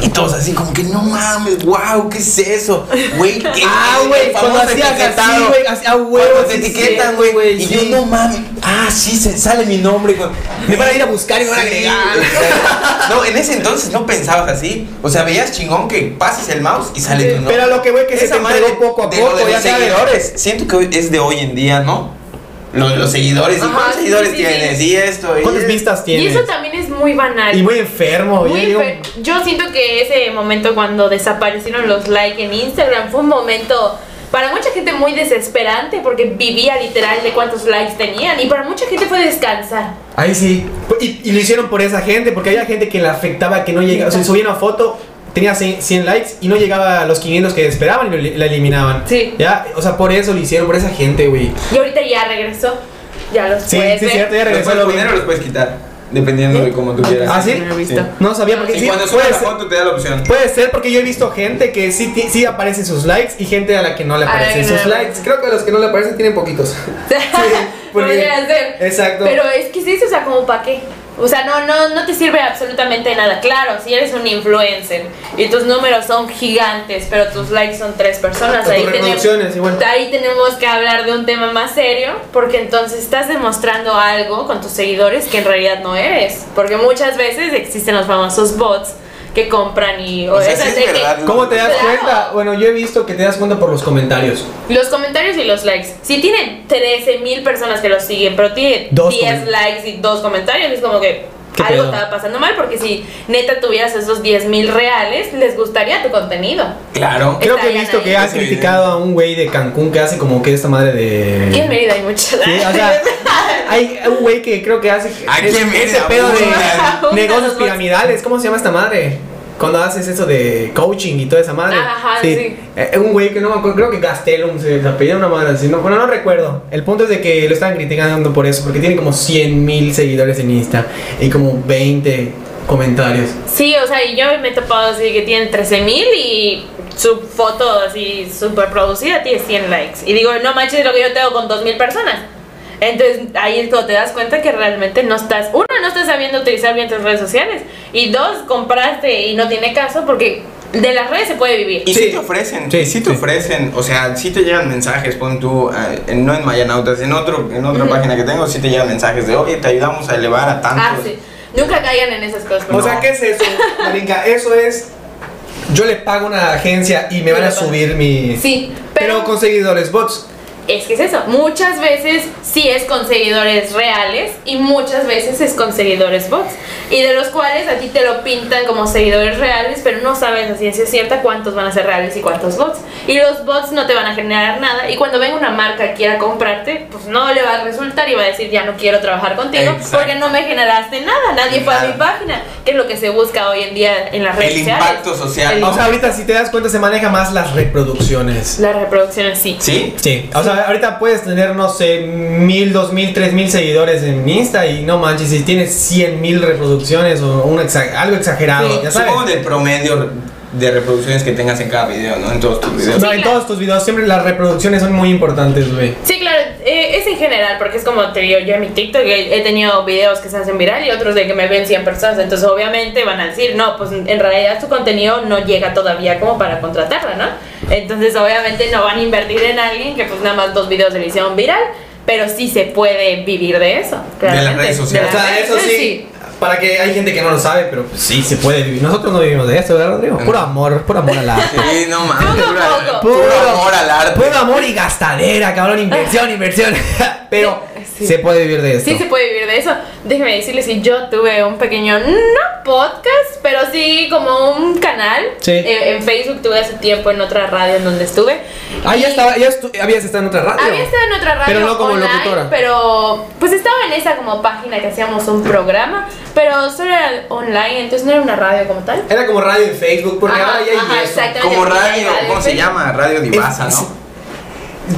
A: Y todos así como que, no mames, wow, ¿qué es eso? Güey, ¿qué
B: Ah,
A: el
B: güey, cuando
A: famoso
B: hacías así,
A: etiquetado.
B: güey, así, ah, güey,
A: Cuando te
B: sí,
A: etiquetan,
B: sí,
A: güey. Y
B: sí.
A: yo, no mames, ah, sí, se sale mi nombre, güey.
B: Me van a ir a buscar y me van a
A: Sí,
B: agregar.
A: exacto. No, en ese entonces no pensabas así. O sea, veías chingón que pases el mouse y sale tu nombre.
B: Pero lo que, güey, que se
A: Esa
B: te
A: madre
B: entregó poco a
A: de lo
B: poco,
A: de los
B: ya sabes.
A: seguidores. Siento que hoy- es de hoy en día, ¿no? Lo de los seguidores. ¿Y
C: Ajá,
A: cuántos
C: sí,
A: seguidores
C: sí,
A: tienes?
C: sí.
A: Y esto. y
B: ¿Cuántas
A: esto.
B: vistas
C: Y
B: tienes?
C: eso también es muy banal.
B: Y muy enfermo,
C: Muy
B: yo digo,
C: enfer- Yo siento que ese momento cuando desaparecieron los likes en Instagram fue un momento para mucha gente muy desesperante porque vivía literal de cuántos likes tenían y para mucha gente fue descansar.
B: Ahí sí. Y, y lo hicieron por esa gente, porque había gente que le afectaba que no llegaba. O sea, subía una foto, tenía 100 100 likes y no llegaba a los 500 que esperaban y la eliminaban.
C: Sí.
B: ¿Ya? O sea, por eso lo hicieron, por esa gente, güey.
C: Y ahorita ya regresó. Ya los
B: Sí,
C: puedes
B: sí,
C: ver.
B: cierto, ya
A: ¿Los
B: regresó
A: puedes
B: lo
A: poner o
B: bien.
A: los puedes quitar? Dependiendo de cómo tú quieras.
B: ¿Ah, sí?
C: Primera vista.
B: No sabía porque
A: Y
B: sí,
A: cuando subes
B: puede
A: la
B: ser-
A: foto te da la opción.
B: Puede ser porque yo he visto gente que sí, ti- sí aparecen sus likes y gente a la que no le
C: A la
B: aparecen
C: que no
B: sus
C: le
B: likes.
C: aparecen.
B: Creo que los que no le aparecen tienen poquitos. porque-
C: Podría ser.
B: Exacto.
C: Pero es que sí, o sea, como para qué. O sea, no, no, no te sirve absolutamente nada. Claro, si eres un influencer y tus números son gigantes, pero tus likes son tres personas,
B: O
C: ahí
B: tus
C: tenemos,
B: reproducciones, igual.
C: ahí tenemos que hablar de un tema más serio, porque entonces estás demostrando algo con tus seguidores que en realidad no eres. Porque muchas veces existen los famosos bots que compran y...
A: O sea,
C: esas
A: sí es
C: de que-
A: verdad.
B: ¿Cómo te das
C: Claro.
B: cuenta? Bueno, yo he visto que te das cuenta por los comentarios.
C: Los comentarios y los likes. Si tienen 13.000 mil personas que los siguen, pero tiene
B: Dos
C: 10
B: comen-
C: likes y dos comentarios, es como que
B: ¿Qué
C: algo
B: pedo?
C: estaba pasando mal, porque si neta tuvieras esos 10.000 mil reales, les gustaría tu contenido.
A: Claro.
B: Creo que he
C: Estarían
B: visto
C: ahí.
B: que ha
A: Ese video.
B: criticado a un güey de Cancún que hace como que esta madre de.
C: Y en Mérida hay muchas.
B: Eh. Sí, o sea, hay un güey que creo que hace
A: Aquí
B: es-
A: en Mérida,
B: ese pedo
A: abundan.
B: de negocios
C: Abundan los
B: piramidales. ¿Cómo se llama esta madre? Cuando haces eso de coaching y toda esa madre.
C: Ajá, sí.
B: Eh, un güey que no me acuerdo, creo que Gastelum se apellida una madre así. No, bueno, no recuerdo. El punto es de que lo estaban criticando por eso, porque tiene como 100 mil seguidores en Insta y como 20 comentarios.
C: Sí, o sea, y yo me he topado así que tienen 13.000 mil y su foto así súper producida tiene 100 likes. Y digo, no manches lo que yo tengo con 2.000 mil personas. Entonces ahí es cuando te das cuenta que realmente no estás, uno, no estás sabiendo utilizar bien tus redes sociales. Y dos, compraste y no tiene caso porque de las redes se puede vivir.
A: Y
B: Sí.
A: sí, te ofrecen,
B: Sí,
A: sí, sí te
B: sí.
A: ofrecen, o sea, sí te llegan mensajes, pon tú, eh, en- no en Mayanautas, en, otro, en otra página que tengo, sí te llegan mensajes de, oye, te ayudamos a elevar a tantos.
C: Ah, sí. Nunca caigan en esas cosas. por
B: O sea,
A: No.
B: ¿qué es eso, Marinka? Eso es. Yo le pago a una agencia y me van a subir mi.
C: Sí,
B: Pero,
C: pero-
B: con seguidores bots.
C: Es que es eso. Muchas veces sí es con seguidores reales y muchas veces es con seguidores bots. Y de los cuales a ti te lo pintan como seguidores reales, pero no sabes a ciencia cierta cuántos van a ser reales y cuántos bots. Y los bots no te van a generar nada. Y cuando venga una marca que quiera comprarte, pues no le va a resultar y va a decir ya no quiero trabajar contigo
A: Exacto.
C: porque no me generaste nada. Nadie fue a mi
A: Nada.
C: página, que es lo que se busca hoy en día en las redes
A: El
C: sociales.
A: impacto social.
C: El-
B: O sea, ahorita si te das cuenta se maneja más las reproducciones.
C: Las reproducciones sí.
A: ¿Sí?
B: Sí, o sea, ahorita puedes tener, no sé, mil, dos mil, tres mil seguidores en Insta y no manches, si tienes cien mil reproducciones o un exa- algo exagerado,
C: Sí.
B: ya
A: Supongo
B: sabes.
A: del promedio de reproducciones que tengas en cada video, ¿no? En todos tus videos.
B: No, en todos tus videos siempre las reproducciones son muy importantes, güey.
C: Sí, claro, eh, es en general, porque es como te digo, yo en mi TikTok he, he tenido videos que se hacen viral y otros de que me ven 100 personas, entonces obviamente van a decir, no, pues en realidad tu contenido no llega todavía como para contratarla, ¿no? Entonces obviamente no van a invertir en alguien que pues nada más dos videos se le hicieron viral, pero sí se puede vivir de eso. claramente.
A: redes sociales.
B: O
C: De las
B: sea,
C: redes
B: eso
C: sociales,
B: sí, para que hay gente que no lo sabe, pero pues, sí se puede vivir. Nosotros no vivimos de esto, ¿verdad, Rodrigo? Puro amor, puro amor a la...
A: Sí, no mames.
C: Poco a
A: pura-
C: poco.
A: Puro, amor al arte.
B: Puro amor y gastadera, cabrón. Inversión, inversión. Pero
C: Sí.
B: se puede vivir de esto.
C: Sí se puede vivir de eso. Déjenme decirles que yo tuve un pequeño, no podcast, pero sí como un canal.
B: Sí.
C: Eh, en Facebook tuve hace tiempo en otra radio en donde estuve.
B: Ah, ya
C: Y
B: estaba, ya estu- habías estado en otra radio.
C: Había estado en otra radio
B: Pero no como
C: online,
B: locutora.
C: pero pues estaba en esa como página que hacíamos un programa, pero solo era online, entonces no era una radio como tal.
B: Era como radio en Facebook, porque
C: Ajá,
B: ahora ya hay
C: ajá,
B: eso.
C: exacto.
A: Como radio, ¿cómo se
C: Sí.
A: llama? Radio Divasa,
B: Es-
A: ¿no?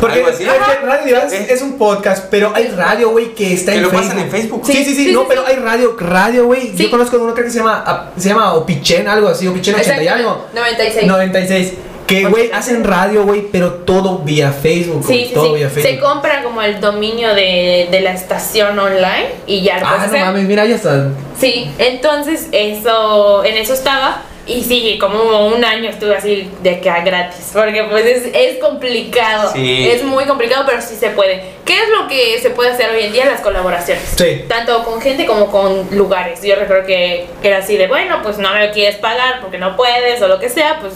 B: Porque
A: Algo así.
B: hay que- Radio Divas
A: Eh.
B: es un podcast, pero hay radio, güey, que está
A: Que
B: en
A: lo
B: Facebook.
A: pasan en Facebook.
B: Sí, sí, sí,
C: Sí, sí,
B: no,
C: sí,
B: pero
C: sí.
B: hay radio, radio, güey.
C: Sí.
B: Yo ah, conozco una otra que se llama, se llama Opichen, algo así, Opichen 80 y
C: Exacto,
B: algo.
C: 96.
B: 96. Que, güey, hacen radio, güey, pero todo vía Facebook.
C: Sí,
B: güey,
C: sí,
B: todo
C: sí.
B: vía
C: Se
B: Facebook.
C: compra como el dominio de, de la estación online y ya lo puedes
B: ah, no
C: hacer.
B: mames, mira, ya está.
C: Sí, entonces eso, en eso estaba. Y sí, como un año estuve así de que a gratis, porque pues es, es complicado,
A: Sí.
C: es muy complicado, pero sí se puede. ¿Qué es lo que se puede hacer hoy en día? Las colaboraciones.
B: Sí.
C: Tanto con gente como con lugares. Yo recuerdo que era así de, bueno, pues no me lo quieres pagar porque no puedes o lo que sea, pues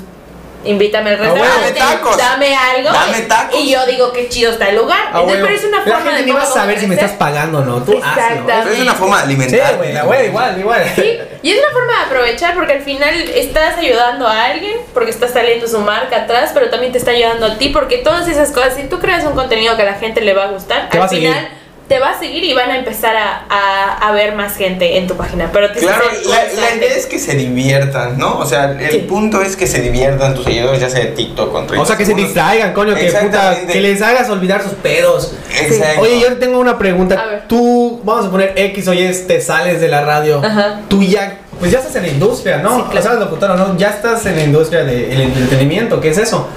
C: invítame al
B: huevo.
C: restaurante,
A: Dame tacos.
C: dame algo.
A: Dame tacos.
C: Y yo digo, qué chido está el lugar.
B: Ah,
C: Entonces,
B: güey,
C: pero es una
B: la
C: forma
B: gente
C: de
B: ni va a
C: cómo
B: saber si me
C: crecer.
B: estás pagando o no. Tú hazlo.
C: Exactamente.
A: Pero es una forma de
B: Sí,
A: alimentar.
B: güey, la wea igual, igual.
C: Sí, y es una forma de aprovechar porque al final estás ayudando a alguien porque está saliendo su marca atrás, pero también te está ayudando a ti porque todas esas cosas, si tú creas un contenido que a la gente le va a gustar,
B: Te
C: al
B: va a seguir.
C: final te va a seguir y van a empezar a, a- a ver más gente en tu página. Pero tienes
A: Claro,
C: que ser
A: la, la
C: constante.
A: idea es que se diviertan, ¿no? O sea, el
C: Sí.
A: punto es que se diviertan tus seguidores, ya sea de TikTok o Twitter.
B: O sea, que se
A: Uno-
B: distraigan, coño, que puta,
A: Exactamente.
B: que les hagas olvidar sus pedos.
A: Exacto.
B: Oye, yo tengo una pregunta.
C: A ver.
B: Tú, vamos a poner X, oye, te sales de la radio.
C: Ajá.
B: Tú ya, pues ya estás en la industria, ¿no?
C: Sí, claro.
B: O sea, locutora, ¿no? Ya estás en la industria del entretenimiento, ¿qué es eso?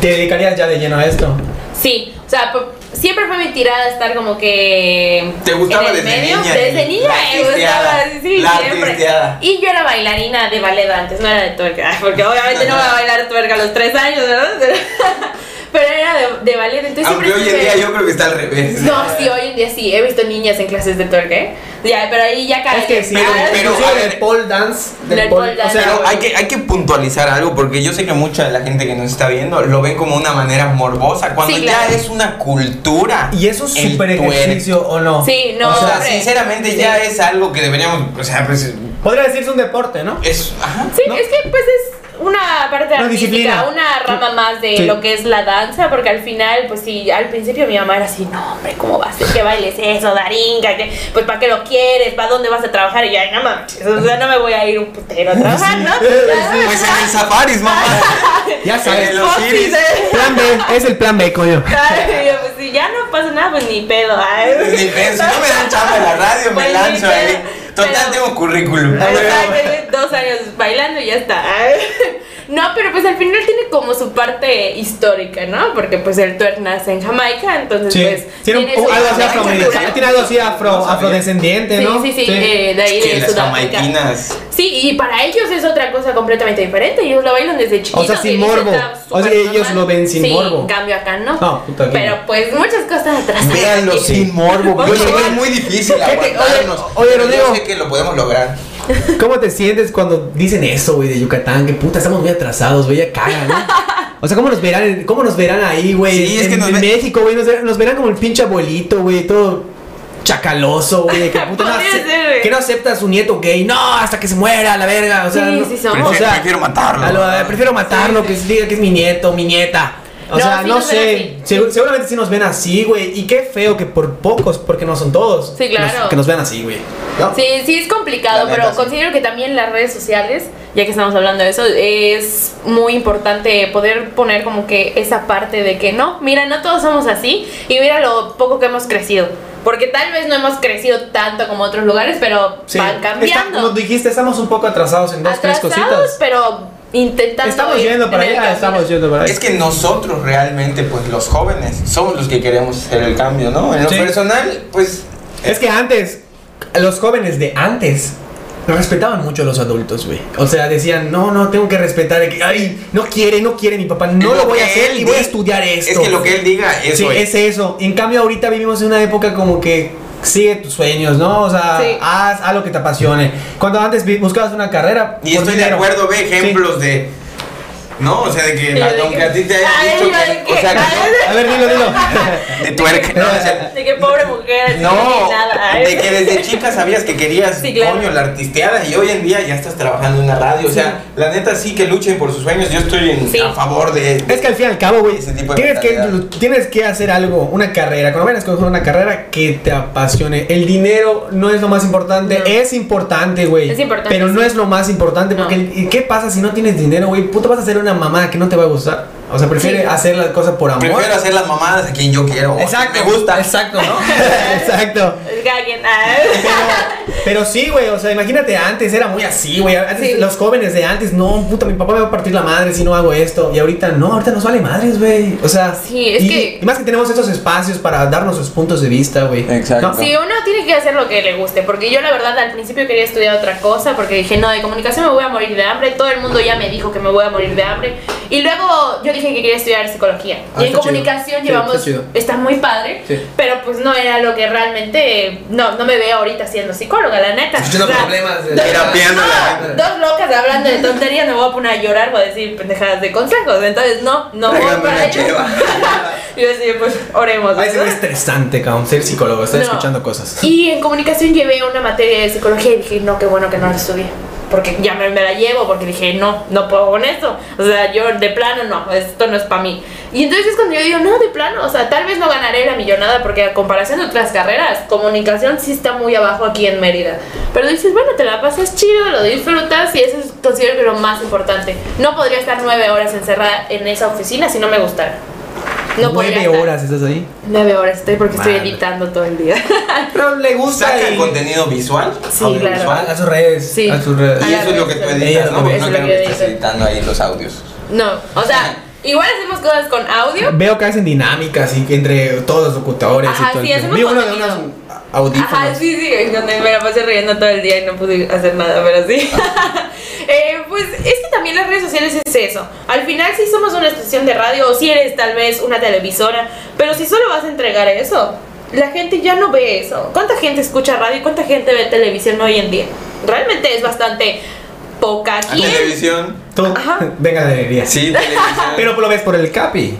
B: ¿Te dedicarías ya de lleno a esto?
C: Sí, o sea, por- siempre fue mi tirada estar como que.
A: ¿Te gustaba
C: en el
A: desde
C: medio,
A: niña?
C: Desde niña
A: La
C: me gustaba,
A: artisteada,
C: sí,
A: la
C: siempre.
A: artisteada.
C: Y yo era bailarina de ballet antes, no era de tuerca, porque obviamente no voy a bailar tuerca a los tres años, ¿verdad? Pero, pero era de, de ballet, entonces
A: Aunque
C: siempre.
A: hoy en
C: estuve-
A: día yo creo que está al revés.
C: No, sí, hoy en día sí, he visto niñas en clases de tuerca, ¿eh? Ya, pero ahí ya cae.
B: Es que sí,
A: Pero-
B: güey,
A: pero,
B: inclusive
A: a ver.
B: del pole dance.
C: Del pole dance.
B: O sea,
A: Pero hay que, hay que puntualizar algo porque yo sé que mucha de la gente que nos está viendo lo ven como una manera morbosa, cuando
C: Sí,
A: ya
C: claro.
A: es una cultura.
B: ¿y eso es
A: el
B: súper
A: twerk.
B: ejercicio o no?
C: Sí, no,
A: O sea,
C: hombre.
A: sinceramente ya es algo que deberíamos, o sea, pues
B: Podría decirse un deporte, ¿no?
A: es ajá.
C: Sí,
B: ¿no?
C: es que pues es una parte
B: Una
C: artística,
B: disciplina.
C: una rama más de
B: Sí.
C: lo que es la danza, porque al final, pues sí, al principio mi mamá era así, no hombre, ¿cómo vas a hacer que bailes eso, Daringa? que Pues ¿para qué lo quieres? ¿Para dónde vas a trabajar? Y yo, ay, no mames, o sea, no me voy a ir un putero a trabajar, ¿no?
A: Pues en el safaris, mamá.
B: Ya sabes.
A: En los
C: Pues, sí,
A: iris.
C: sí.
B: Plan B, es el plan B, coño.
C: Ay, yo, pues si ya no pasa nada, pues ni pedo. ay.
A: Ni ven, Si no me dan chamba en la radio, me
C: Pues,
A: lanzo
C: ni
A: ahí.
C: pedo.
A: Total,
C: Pero-
A: tengo currículum.
C: O sea, que dos años bailando y ya está. No, pero pues al final tiene como su parte histórica, ¿no? Porque pues el twerk nace en Jamaica, entonces
B: Sí.
C: pues
B: Tiene un-
C: su
B: algo así
A: Jamaica,
B: afroamericano.
A: ¿no?
B: Tiene algo así afro,
A: No sabía.
B: afrodescendiente,
C: Sí,
B: ¿no?
C: sí, sí, eh, de ahí
A: Que
C: de
A: las
C: Sudáfrica.
A: jamaiquinas.
C: Sí, y para ellos es otra cosa completamente diferente. Ellos lo bailan desde chiquitos.
B: O sea, sin
C: y dicen,
B: morbo.
C: "Está
B: O sea,
C: súper
B: ellos
C: normal".
B: lo ven sin
C: Sí,
B: morbo.
C: en cambio acá no.
B: No, puta, aquí
C: Pero
B: no.
C: pues muchas cosas atrás.
A: Véanlo
C: Sí.
A: sin morbo.
B: Por
A: Yo sé
B: favor.
A: que es muy difícil
B: Gente, oye,
A: aguantarnos.
B: oye,
A: pero
B: Rodrigo.
A: Yo sé que lo podemos lograr.
B: ¿Cómo te sientes cuando dicen eso, güey, de Yucatán? Que puta, estamos muy atrasados, güey, ya caga, ¿no? O sea, ¿cómo nos verán, en- cómo nos verán ahí, güey?
A: Sí, es
B: en,
A: que nos
B: en
A: ve-
B: México, güey, nos, ver- nos verán como el pinche abuelito, güey, todo chacaloso, güey, de que puta, no,
C: Podría
B: ace-
C: ser, güey.
B: que no acepta a su nieto gay, no, Ah, hasta que se muera, la verga, o sea,
C: Sí,
B: no-
C: sí somos.
B: o sea,
A: Prefiero matarlo.
B: a lo- a- prefiero matarlo, que se diga que es mi nieto, mi nieta. O
C: No,
B: sea,
C: sí
B: no
C: nos ven
B: sé.
C: así.
B: Segu- seguramente sí nos ven así, güey. Y qué feo que por pocos, porque no son todos.
C: Sí,
B: que nos- Que
C: claro.
B: nos, vean así, güey. ¿no?
C: Sí, sí es complicado,
A: La neta,
C: pero
A: sí.
C: considero que también las redes sociales, ya que estamos hablando de eso, es muy importante poder poner como que esa parte de que no, mira, no todos somos así y mira lo poco que hemos crecido. Porque tal vez no hemos crecido tanto como otros lugares, pero
B: Sí.
C: van
B: Está- como
C: cambiando.
B: dijiste, estamos un poco atrasados en dos, tres
C: Atrasados,
B: cositas.
C: pero intentando.
B: Estamos
C: ir
B: yendo para
C: en el
B: allá,
C: camino.
B: estamos yendo para allá.
A: Es que nosotros realmente, pues los jóvenes, somos los que queremos hacer el cambio, ¿no? En lo
B: Sí.
A: personal, pues.
B: Es que antes, los jóvenes de antes no respetaban mucho a los adultos, güey. O sea, decían, no, no, tengo que respetar. de que, Ay, no quiere, no quiere mi papá, no
A: Lo
B: lo, voy a
A: que
B: hacer
A: él
B: y voy a
A: di-
B: estudiar esto.
A: Es que lo que él diga, eso
B: sí,
A: es.
B: es eso. En cambio, ahorita vivimos en una época como que sigue tus sueños, ¿no? O sea,
C: Sí.
B: haz, haz lo que te apasione. Cuando antes vi- buscabas una carrera,
A: Y
B: por
A: estoy de
B: dinero.
A: acuerdo, ve ejemplos de. ¿No? O sea, de que
C: Sí, de
A: aunque
C: que-
A: a ti te
C: Ay,
A: hayan dicho
C: yo de
A: que. O
C: que-
A: sea, que
B: Sí. A ver, dilo, dilo.
A: no, de twerk. ¿no? O sea,
C: De que pobre mujer,
A: No,
C: nada.
A: de que desde chica sabías que querías,
C: Sí, claro.
A: coño, la artisteada y hoy en día ya estás trabajando en una radio. O sea, la neta sí que luchen por sus sueños. Yo estoy en-
C: Sí.
A: a favor de.
B: Es que al fin y al cabo, güey,
A: Ese tipo de
B: tienes que,
A: mentalidad.
B: tienes que hacer algo, una carrera. Cuando vayas a escoger una carrera que te apasione. El dinero no es lo más importante.
C: No.
B: Es importante, güey.
C: Es importante,
B: Pero no
C: sí.
B: es lo más importante.
C: No.
B: Porque, el- ¿y ¿qué pasa si no tienes dinero, güey? Puto, vas a hacer una mamá que no te va a gustar. O sea, prefiere
C: Sí.
B: hacer las cosas por amor.
A: Prefiero hacer las mamadas a quien yo quiero. o a quien
B: Exacto.
A: Me gusta.
B: Exacto, ¿no? Exacto.
C: Cada quien, ah.
B: Pero, Pero sí, güey, o sea, imagínate antes, era muy así, güey. Antes,
C: Sí.
B: Los jóvenes de antes, no, puta, mi papá me va a partir la madre si no hago esto. Y ahorita no, ahorita nos vale madres, güey. O sea,
C: Sí, es
B: y,
C: que-
B: y más que tenemos estos espacios para darnos sus puntos de vista, güey.
E: Exacto.
B: No,
C: Sí, uno tiene que hacer lo que le guste, porque yo la verdad al principio quería estudiar otra cosa, porque dije, no, de comunicación me voy a morir de hambre, todo el mundo ya me dijo que me voy a morir de hambre, y luego yo dije que quería estudiar psicología, y
B: Ah,
C: en
B: está chido.
C: comunicación
B: Sí,
C: llevamos,
B: está
C: está,
B: chido.
C: muy padre,
B: Sí.
C: pero pues no era lo que realmente, no, no me veo ahorita siendo psicóloga, la neta.
B: Escuchando
C: O sea,
B: problemas de
A: Terapiando a la gente.
C: no, dos locas hablando de tonterías, me voy a poner a llorar o a decir pendejadas de consejos. Entonces, no, no voy
A: Tráigame
C: para
A: una
C: allá.
A: cheva.
C: Y yo decía, pues oremos.
B: Ay, se ve
C: ¿verdad?
B: estresante, cabrón, ser psicólogo, estar
C: No.
B: escuchando cosas.
C: Y en comunicación llevé una materia de psicología y dije, no, qué bueno que no la estudié. Porque ya me, me la llevo, porque dije, no, no puedo con esto. O sea, yo de plano no, esto no es para mí. Y entonces es cuando yo digo, no, de plano, o sea, tal vez no ganaré la millonada, porque a comparación de otras carreras, comunicación sí está muy abajo aquí en Mérida. Pero dices, bueno, te la pasas chido, lo disfrutas y eso es, considero que lo más importante. No podría estar nueve horas encerrada en esa oficina si no me gustara. No podría
B: Nueve
C: estar.
B: horas estás ahí.
C: Nueve horas estoy porque
B: Madre.
C: estoy editando todo el día.
B: No le gusta.
A: Sacan
B: y-
A: contenido visual,
C: Sí,
B: A,
A: audiovisual.
B: a sus redes.
C: Sí.
B: A sus redes.
C: claro.
A: Y eso es lo que tú editas, ¿no? Porque
C: Eso
A: no
C: es
A: creo
C: lo que
A: que estés
C: edito.
A: editando ahí los audios.
C: No, o sea, igual hacemos cosas con audio.
B: Veo que hacen dinámicas y que entre todos los locutores
C: Ajá,
B: y todo el
C: sí,
B: pedo.
C: hacemos
B: Vi uno de
C: contenido.
B: unos audífonos.
C: Ajá, sí, sí, es donde me la pasé riendo todo el día y no pude hacer nada, pero sí. Eh, pues es que también las redes sociales es eso. Al final si somos una estación de radio o si eres tal vez una televisora, pero si solo vas a entregar eso, la gente ya no ve eso. ¿Cuánta gente escucha radio y cuánta gente ve televisión hoy en día? Realmente es bastante poca.
A: A
C: ¿Quién?
A: televisión.
B: Tú,
C: Ajá.
B: venga de alegría.
A: Sí, televisión.
B: Pero lo ves por el Capi.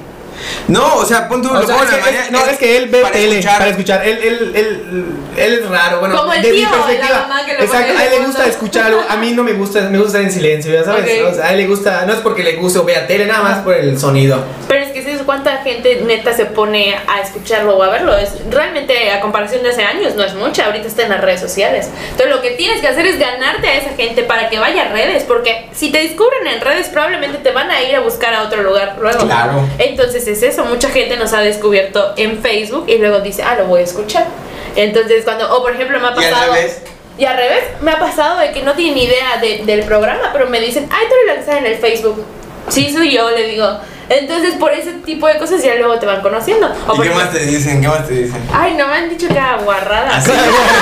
A: no, o sea, pon tu
B: O sea, es que- es- no, es que él ve tele para escuchar. Él, él, él, él es raro. Bueno,
C: Como el
B: de
C: tío,
B: mi
C: la
B: perspectiva.
C: mamá que lo
B: exacto,
C: pone
B: a él
C: de
B: le gusta
C: fondo.
B: escuchar algo. A mí no me gusta, me gusta estar en silencio, ya sabes.
C: Ok.
B: O sea, a él le gusta, no es porque le guste o vea tele, nada más por el sonido.
C: Pero es que es cuánta gente neta se pone a escucharlo o a verlo. Es, realmente, a comparación de hace años, no es mucha. Ahorita está en las redes sociales. Entonces, lo que tienes que hacer es ganarte a esa gente para que vaya a redes. Porque si te descubren en redes, probablemente te van a ir a buscar a otro lugar luego.
A: Claro.
C: Entonces, es eso. Mucha gente nos ha descubierto en Facebook y luego dice, ah, lo voy a escuchar. Entonces, cuando, o por ejemplo, me ha
A: Y al
C: pasado.
A: revés.
C: Y al revés, me ha pasado de que no tienen idea de- del programa, pero me dicen, ay, tú eres la que está en el Facebook. Sí, soy yo, le digo. Entonces, por ese tipo de cosas ya luego te van conociendo. O
A: ¿Y
C: por
A: qué más
C: ejemplo,
A: te dicen? ¿Qué más te dicen?
C: Ay, no me han dicho que era guarrada.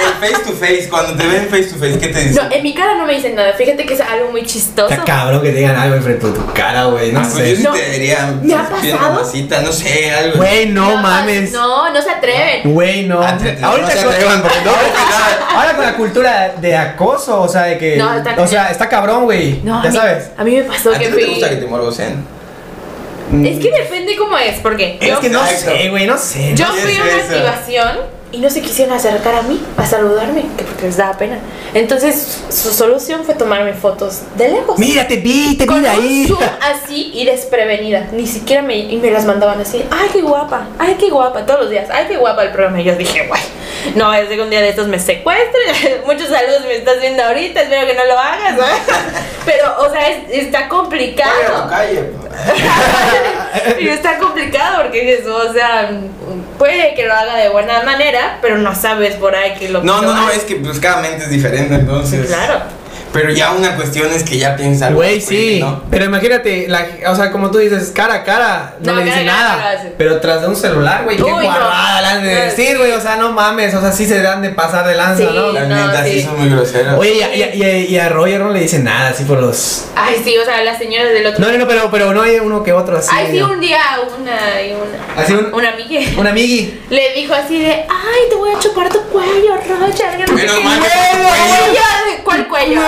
A: El face to face, cuando te ven face to face, ¿qué te
C: No,
A: dicen?
C: en mi cara no me dicen nada. Fíjate que es algo muy chistoso.
B: Está cabrón que te digan algo enfrente de tu cara, güey. No
A: Ah, pues yo
B: sé.
A: sí
C: No.
A: te diría,
C: ¿Me ha
A: bien
C: pasado?
A: mamacita, no sé, algo.
B: Güey, no mames.
C: No, no se atreven.
B: Güey, no.
A: Atrévete, no se
B: con-
A: atrevan, porque no, porque nada.
B: Ahora con la cultura de acoso, o sea, de que.
C: No, está-
B: o sea, está cabrón, güey.
C: No, a
B: ya
C: mí-
B: sabes.
C: A mí me pasó
A: ¿A
C: que
A: ti no te
C: fui.
A: gusta que te morbosen?
C: Es que depende cómo es, porque
B: Es
C: yo-
B: que no
A: Exacto.
B: sé, güey, no sé.
C: Yo
A: ¿Qué
C: fui
A: es
C: a una
A: eso?
C: activación y no se quisieron acercar a mí a saludarme, que porque les daba pena. Entonces, su solución fue tomarme fotos de lejos.
B: Mira, te vi, te
C: con
B: vi
C: un
B: ahí.
C: zoom así y desprevenida. Ni siquiera me, y me las mandaban así. Ay, qué guapa. Ay, qué guapa. Todos los días. Ay, qué guapa el programa. Y yo dije, guay. No, es de que un día de estos me secuestren. Muchos saludos me estás viendo ahorita. Espero que no lo hagas. ¿no? Pero, o sea, es- está complicado.
A: Vaya a la calle.
C: Y está complicado porque dices, o sea, puede que lo haga de buena manera, pero no sabes por ahí que lo
A: No,
C: que
A: no,
C: lo
A: no,
C: hace.
A: es que pues cada mente es diferente,
C: Sí,
A: entonces.
C: claro.
A: Pero ya una cuestión es que ya piensa algo.
B: Güey, sí.
A: ¿no?
B: Pero imagínate, la, o sea, como tú dices, cara a cara, no,
C: No,
B: le
C: cara
B: dice
C: a cara no
B: nada.
C: lo hace.
B: pero tras de un celular, güey, qué
C: Uy, no.
B: guarrada la han de decir, güey. O sea, no mames, o sea, sí se dan de pasar de lanza,
C: Sí.
B: ¿no?
A: La
C: No,
A: neta sí
C: sí.
A: son muy groseros.
B: Oye, y a, y a- y a- y a Roger no le dice nada, así por los.
C: Ay, sí, o sea, las señoras del otro.
B: No, no, no, pero, pero no hay uno que otro así.
C: Ay, sí,
B: medio.
C: un día una y una.
B: Así un-
C: Una amiga
B: Un amigui.
C: le dijo así de, ay, te voy a chupar tu cuello, Roger. que no sé
A: Menos
C: qué".
A: mal que
C: Ay,
A: tu cuello.
C: yo, de, ¿Cuál cuello?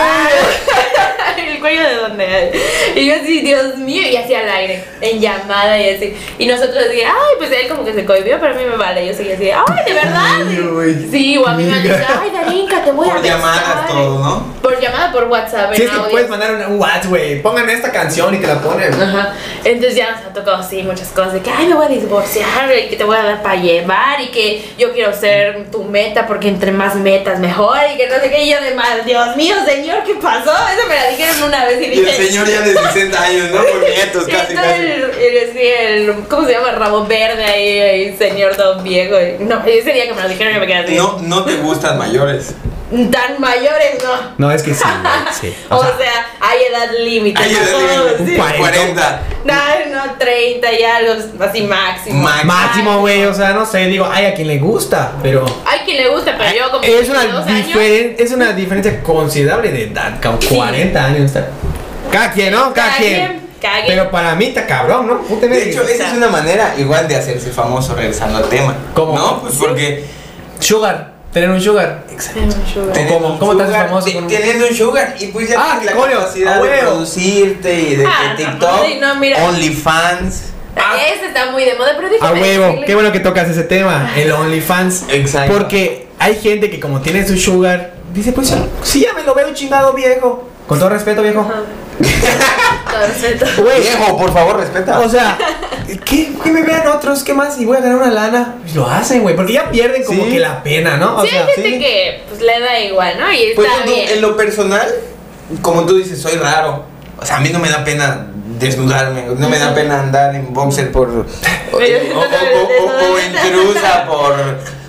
C: ¿El cuello de dónde? Y yo así, Dios mío, y así al aire, en llamada y así. Y nosotros así, ay, pues él como que se cohibió, pero a mí me vale. Yo seguía así, de, ay, de
B: Coño,
C: verdad.
B: güey.
C: Sí, o a mí me han dicho, ay, Darinka, te voy a
A: Por llamadas
C: besar".
A: todo, ¿no?
C: Por llamada, por WhatsApp,
B: Si
C: en
B: es que
C: audio.
B: puedes mandar un, un WhatsApp, güey. Pongan esta canción y te la ponen.
C: Ajá. Entonces ya nos ha tocado así muchas cosas de que ay me voy a divorciar y que te voy a dar para llevar y que yo quiero ser tu meta porque entre más metas mejor y que no sé qué y yo de mal Dios mío señor qué pasó eso me la dijeron una vez
A: Y
C: y
A: el
C: dije
A: señor ya de 60 años, ¿no? Por nietos,
C: y
A: casi,
C: todo el,
A: casi.
C: el- sí, el- ¿cómo se llama? Rabo verde ahí, ahí, señor don viejo. y- No, ese día que me lo dijeron yo me quedé así.
A: No, no te gustan mayores.
C: tan mayores, no.
B: No, es que sí, güey, sí.
C: O, sea, hay edad límite.
A: Hay
C: para
A: edad
C: todos,
A: límite, 40.
C: sí.
A: 40.
C: No, no, 30 y algo, así máximo.
A: Máximo.
B: máximo, güey, o sea, no sé, digo, hay a quien le gusta, pero...
C: Hay quien le gusta, pero yo como
B: Ah, Es una,
C: 22 años-
B: diferen- es una diferencia considerable de edad, como
C: Sí.
B: 40 años. Está. Cada quien, ¿no? Cada,
C: Cada
B: quien.
C: quien, cada quien.
B: Pero para mí está cabrón, ¿no? Puta
A: De
B: madre.
A: hecho, esa es una manera igual de hacerse famoso regresando al tema.
B: ¿Cómo?
A: No, pues porque.
B: Sugar, tener un sugar.
C: Sugar.
A: tener
B: ¿Cómo-
A: un
B: cómo te haces
A: sugar-
B: famoso
A: te-
B: con un-
A: Teniendo un sugar y pues ya
B: Ah,
A: tienes la
B: coño, a
A: capacidad de
B: huevo.
A: producirte y de
C: Ah,
A: de
C: no,
A: TikTok,
C: no, mira.
A: OnlyFans.
B: Ah.
C: Ese está muy de moda, pero déjame
B: A huevo,
C: decirle-
B: qué bueno que tocas ese tema,
C: Ah.
B: el OnlyFans.
A: Exacto.
B: Porque hay gente que como tiene su sugar, dice, pues sí, ya me lo veo chingado, viejo. Con todo respeto, viejo.
C: Ajá. Todo respeto.
B: Güey,
A: Viejo, por favor, respeta.
B: O sea, ¿qué, que me vean otros, ¿qué más? Y voy a ganar una lana. Pues lo hacen, güey, porque ya pierden como
A: Sí.
B: que la pena, ¿no? O
C: Sí,
B: sea,
C: hay gente
A: sí.
C: que pues, le da igual, ¿no? Y está
A: Pues en lo,
C: bien.
A: en lo personal, como tú dices, soy raro. O sea, a mí no me da pena desnudarme, no me da pena andar en boxer por. o, o- o- o- o- o en trusa por.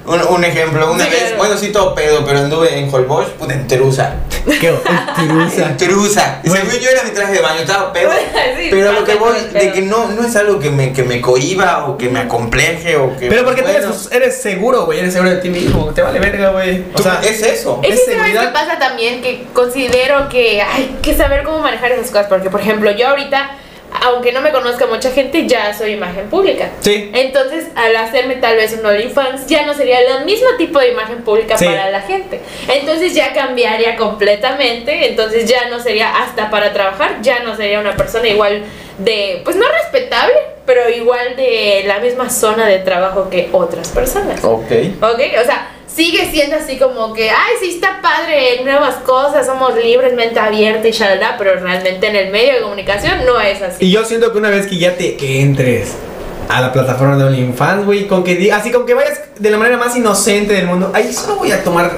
A: Un, un ejemplo, una
C: Sí,
A: vez,
C: claro.
A: bueno, sí, todo pedo, pero anduve en Holbox, puta, en trusa.
B: qué obtusa.
A: En trusa. Y
B: Bueno.
A: Según yo era mi traje de baño, estaba pedo.
C: Sí,
A: Pero a lo que
C: pasa,
A: voy,
C: pero-
A: de que no, no es algo que me, que me cohiba o que me acompleje o que.
B: Pero porque tú
A: bueno,
B: eres, eres seguro, güey, eres seguro de ti mismo, te vale verga, güey. O
A: tú-
B: sea,
A: es eso.
B: Eh,
C: Es
B: Es
C: que sabes
B: seguridad.
C: qué pasa también que considero que hay que saber cómo manejar esas cosas. Porque, por ejemplo, yo ahorita, aunque no me conozca mucha gente, ya soy imagen pública.
B: Sí.
C: Entonces, al hacerme tal vez un OnlyFans, ya no sería el mismo tipo de imagen pública
B: Sí.
C: para la gente. Entonces, ya cambiaría completamente. Entonces, ya no sería hasta para trabajar, ya no sería una persona igual de, pues no respetable, pero igual de la misma zona de trabajo que otras personas.
A: Ok.
C: ¿Ok? O sea, sigue siendo así como que, ay, sí está padre, nuevas cosas, somos libres, mente abierta y shalala, pero realmente en el medio de comunicación no es así.
B: Y yo siento que una vez que ya te que entres a la plataforma de OnlyFans, güey, con que di- así con que vayas de la manera más inocente del mundo, ahí solo voy a tomar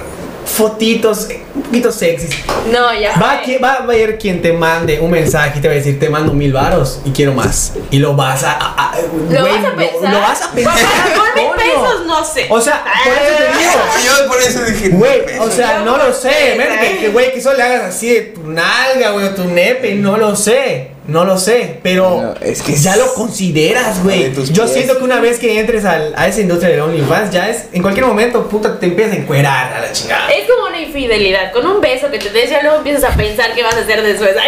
B: fotitos eh, un poquito sexys.
C: No, ya.
B: Va a,
C: sé.
B: que- va a haber quien te mande un mensaje y te va a decir, te mando mil varos y quiero más. Y lo vas a... a- a-
C: ¿Lo
B: güey,
C: vas a pensar?
B: Lo, vas a pensar.
C: Papá, por mil
B: coño.
C: pesos, no sé.
B: O sea, por eso te digo.
A: Yo por eso dije.
B: Güey, o sea,
C: Yo
B: no
C: no
B: lo sé,
C: sé,
B: men, que,
C: ¿eh?
B: que, güey, que eso le hagas así de tu nalga, güey, o tu nepe, no lo sé, no lo sé, pero
A: No, Mm. es que
B: ya
A: es-
B: lo consideras, güey.
A: de tus
B: Yo
A: pies.
B: siento que una vez que entres al- a esa industria de OnlyFans, ya es, en cualquier momento, puta, te empiezas a encuerar a la chingada.
C: Es como una infidelidad. Con un beso que te des, ya luego empiezas a pensar qué vas a hacer después.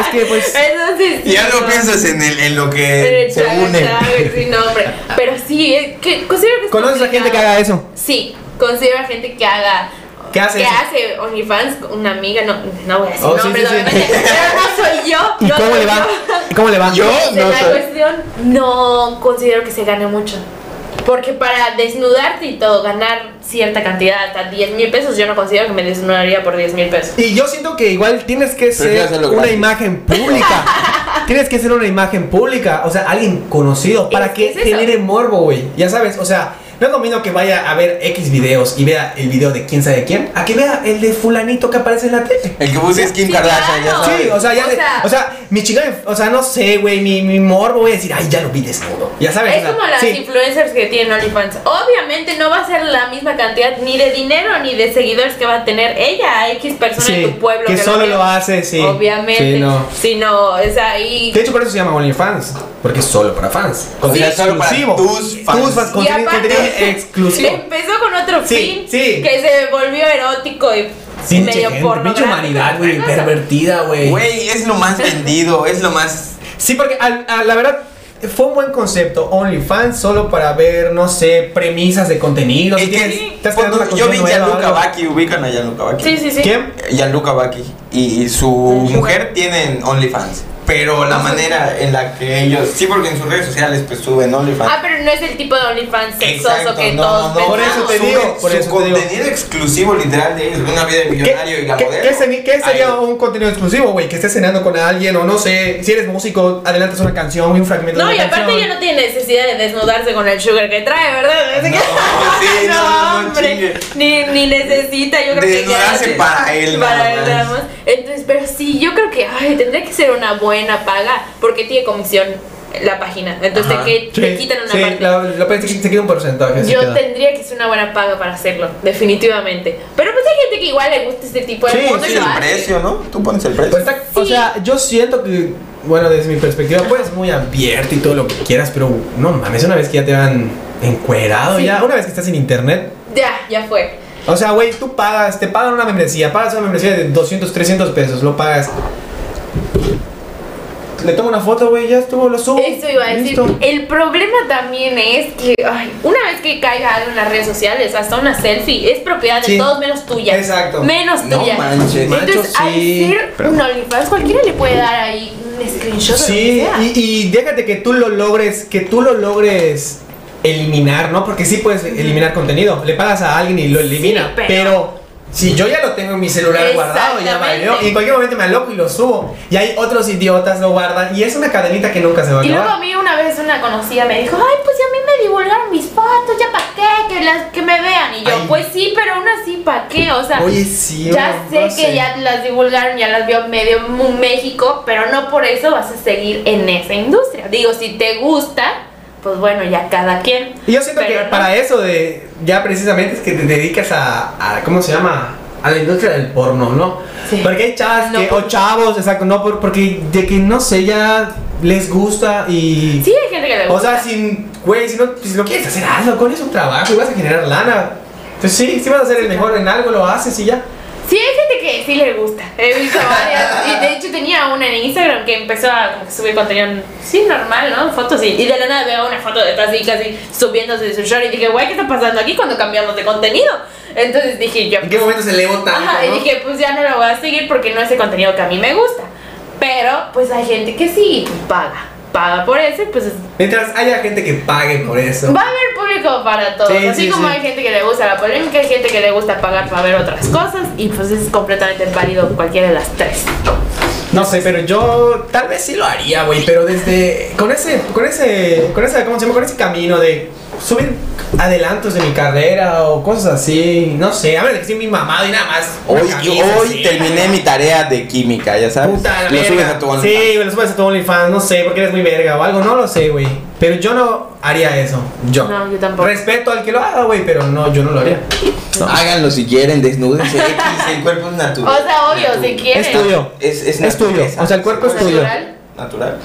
B: Es que, pues,
C: Entonces, sí, Eh,
A: Ya no
C: no.
A: piensas en, el, en lo
C: Pero
A: que se
C: chaga,
A: une.
C: chaga, sí, no, hombre. Pero sí, es que considero que es
B: ¿conoces a gente que
C: complicado.
B: haga eso?
C: Sí, considero a gente que haga.
B: ¿Qué hace
C: Que
B: eso?
C: hace OnlyFans, una amiga, no, no voy a decir
B: Oh, sí,
C: nombres,
B: sí, sí.
C: obviamente, pero no soy yo.
B: ¿Y
C: no
B: cómo
C: soy
B: le va?
C: yo. pues,
B: ¿Y ¿Cómo le va?
A: Yo no
C: la
A: soy.
C: cuestión, no considero que se gane mucho. Porque para desnudarte y todo, ganar cierta cantidad, hasta 10 mil pesos, yo no considero que me desnudaría por 10 mil pesos.
B: Y yo siento que igual tienes que ser
A: hacerlo
B: una
A: gratis.
B: imagen pública. tienes que ser una imagen pública, o sea, alguien conocido para
C: Es
B: que
C: que es eso.
B: genere morbo, güey. Ya sabes, o sea, no es lo mismo que vaya a ver X videos y vea el video de quién sabe quién, a que vea el de fulanito que aparece en la tele.
A: El que puse es Kim
C: Sí,
A: Kardashian, ya
C: claro.
A: sabes.
B: Sí, o sea, ya
C: O
B: de-
C: sea-
B: o sea, mi chica, o sea, no sé, güey, mi, mi morbo voy a decir, ay, ya lo vi desnudo. Ya sabes, o
C: Es
B: sea,
C: como las
B: sí.
C: influencers que tienen OnlyFans. Obviamente no va a ser la misma cantidad ni de dinero ni de seguidores que va a tener ella a X persona
B: Sí,
C: en tu pueblo.
B: que solo
C: vea.
B: lo hace, sí.
C: Obviamente.
B: Sí, no.
C: Sino, es ahí.
B: De hecho, por eso se llama OnlyFans, porque es solo para fans.
A: sea, solo para tus fans.
C: Y
B: contenido,
C: aparte-
B: contenido exclusivo.
C: Empezó con otro
B: Sí,
C: fin
B: sí.
C: que se volvió erótico y medio
B: Pinche gente, pinche
C: pornográfico.
B: humanidad, güey,
C: Ajá.
B: pervertida, güey.
A: Güey, es lo más vendido, es lo más.
B: Sí, porque al- a la verdad fue un buen concepto OnlyFans solo para ver, no sé, premisas de contenido.
A: Es
B: si
A: que-
B: tienes- estás
A: cuando
B: creando
A: yo vi
B: contenido nuevo o
A: Gianluca
B: algo.
A: Baki, ubican a Gianluca Baki.
C: Sí, sí, sí.
B: ¿Quién?
A: Gianluca Baki y, y su mujer tienen OnlyFans. Pero la manera en la que ellos. Sí, porque en sus redes sociales pues suben OnlyFans.
C: Ah, pero no es el tipo de OnlyFans sexoso
A: Exacto,
C: que
A: no,
C: todos
A: no, no.
B: Por
C: pensamos.
B: eso te
A: Suben
B: digo, por
A: su
B: eso te digo.
A: contenido exclusivo literal de ellos, una vida de
B: ¿Qué,
A: millonario y la
B: qué-
A: modelo.
B: qué seri- qué sería
A: Ahí.
B: un contenido exclusivo, güey? Que estés cenando con alguien o no sé, si eres músico, adelantas una canción, un fragmento
C: No,
B: de
C: y
B: una
C: aparte
B: canción.
C: ya no tiene necesidad de desnudarse con el sugar que trae, ¿verdad? Así
A: No,
C: que-
A: sí, no, no, no,
C: hombre.
A: chingue.
C: Ni, ni necesita, yo creo que.
A: Desnudarse
C: quedarse-
A: para él
C: Para
A: nada
C: él
A: más.
C: nada más. Entonces, pero sí, yo creo que ay, tendría que ser una buena paga porque tiene comisión la página. Entonces,
A: Ajá.
C: que, te
B: Sí,
C: quitan una
B: sí,
C: parte.
B: la- la- se quita un porcentaje. se
C: Yo
B: queda.
C: tendría que ser una buena paga para hacerlo, definitivamente. Pero pues hay gente gente que igual le gusta este tipo de
A: Pues
B: Sí,
C: cosas.
A: Sí,
C: lo
A: el
C: hace.
A: precio, ¿no? Tú pones el
B: Pues
A: precio.
B: está- O
C: Sí.
B: sea, yo siento que, bueno, desde mi perspectiva, pues muy abierto y todo lo que quieras, pero no mames, una vez que ya te han encuerado,
C: Sí.
B: ya, una vez que estás en internet.
C: Ya, ya fue.
B: O sea, güey, tú pagas, te pagan una membresía, pagas una membresía de 200, 300 pesos, lo pagas. Le tomo una foto, güey, ya estuvo, lo subo.
C: Eso iba a decir.
B: Oh, listo.
C: El problema también es que, ay, una vez que caiga algo en las redes sociales, hasta una selfie, es propiedad de
B: Sí.
C: todos menos tuya.
B: Exacto.
C: Menos
A: No
C: tuya.
A: manches.
B: Man-
C: Entonces,
B: Macho, sí.
C: al ser un OnlyFans, cualquiera le puede dar ahí un screenshot
B: Sí,
C: o lo que sea.
B: y, y déjate que tú lo logres, que tú lo logres eliminar, ¿no? Porque sí puedes eliminar contenido. Le pagas a alguien y lo elimina.
C: Sí,
B: pero...
C: pero-
B: si yo ya lo tengo en mi celular guardado, ya
C: Exactamente.
B: valió. Y en cualquier momento me aloco y lo subo. Y hay otros idiotas lo guardan. Y es una cadenita que nunca se va a
C: Y luego a
B: acabar.
C: mí una vez una conocida me dijo, ay, pues si a mí me divulgaron mis fotos, ya para qué, que, las, que me vean. Y yo,
B: Ay.
C: pues sí, pero aún así, ¿para qué? O sea,
B: Oye, sí,
C: ya
B: no,
C: sé
B: no
C: que ya las divulgaron, ya las vio medio mu- México, pero no por eso vas a seguir en esa industria. Digo, si te gusta, pues bueno, ya cada quien.
B: Y yo siento que
C: Pero no.
B: para eso de ya precisamente es que te dedicas a, a- ¿cómo se llama? A la industria del porno, ¿no?
C: Sí.
B: Porque hay chavas
C: No
B: que-
C: por-
B: o chavos, exacto, no por, porque de que no sé, ya les gusta y
C: Sí, hay gente que le
B: o
C: gusta.
B: sea, sin güey, si no si lo quieres hacer hazlo, con es un trabajo y vas a generar lana. Entonces sí, si vas a ser el mejor en algo lo haces y ya.
C: Sí, hay gente que sí le gusta. He visto varias. Y de hecho tenía una en Instagram que empezó a como que subir contenido, sí, normal, ¿no? Fotos y, y de la nada veo una foto de esta así casi subiéndose de su short y dije, guay, ¿qué está pasando aquí cuando cambiamos de contenido? Entonces dije yo...
B: ¿En qué momento se elevó tanto?
C: Ajá, y
B: no?
C: dije, pues ya no lo voy a seguir porque no es el contenido que a mí me gusta. Pero pues hay gente que sí, pues paga. Paga por eso, y, pues es-
B: Mientras haya gente que pague por eso.
C: Va a haber público para todos.
B: Sí,
C: Así
B: sí,
C: como
B: sí.
C: hay gente que le gusta la polémica, hay gente que le gusta pagar para ver otras cosas. Y pues es completamente válido cualquiera de las tres.
B: No sé, pero yo tal vez sí lo haría, güey, pero desde con ese con ese con ese cómo se llama, con ese camino de subir adelantos de mi carrera o cosas así, no sé, a menos que sí mi mamado y nada más. una
A: Hoy, y
B: camisa
A: hoy
B: así.
A: terminé mi tarea de química, ya sabes.
B: Puta la
A: Lo
B: verga.
A: subes a tu OnlyFans.
B: Sí, me lo subes a tu OnlyFans, no sé, porque eres muy verga o algo, no lo sé, güey. Pero yo no haría eso. Yo.
C: No, yo tampoco.
B: Respeto al que lo haga, güey, pero no, yo no lo haría.
A: No, Háganlo si quieren, desnúdense. X, el cuerpo es
C: O
A: natural.
C: sea, obvio, si quieres.
B: Es tuyo.
A: Es, es,
B: Es tuyo,
A: naturaleza.
B: o sea, el cuerpo es tuyo.
C: Natural.
A: Natural.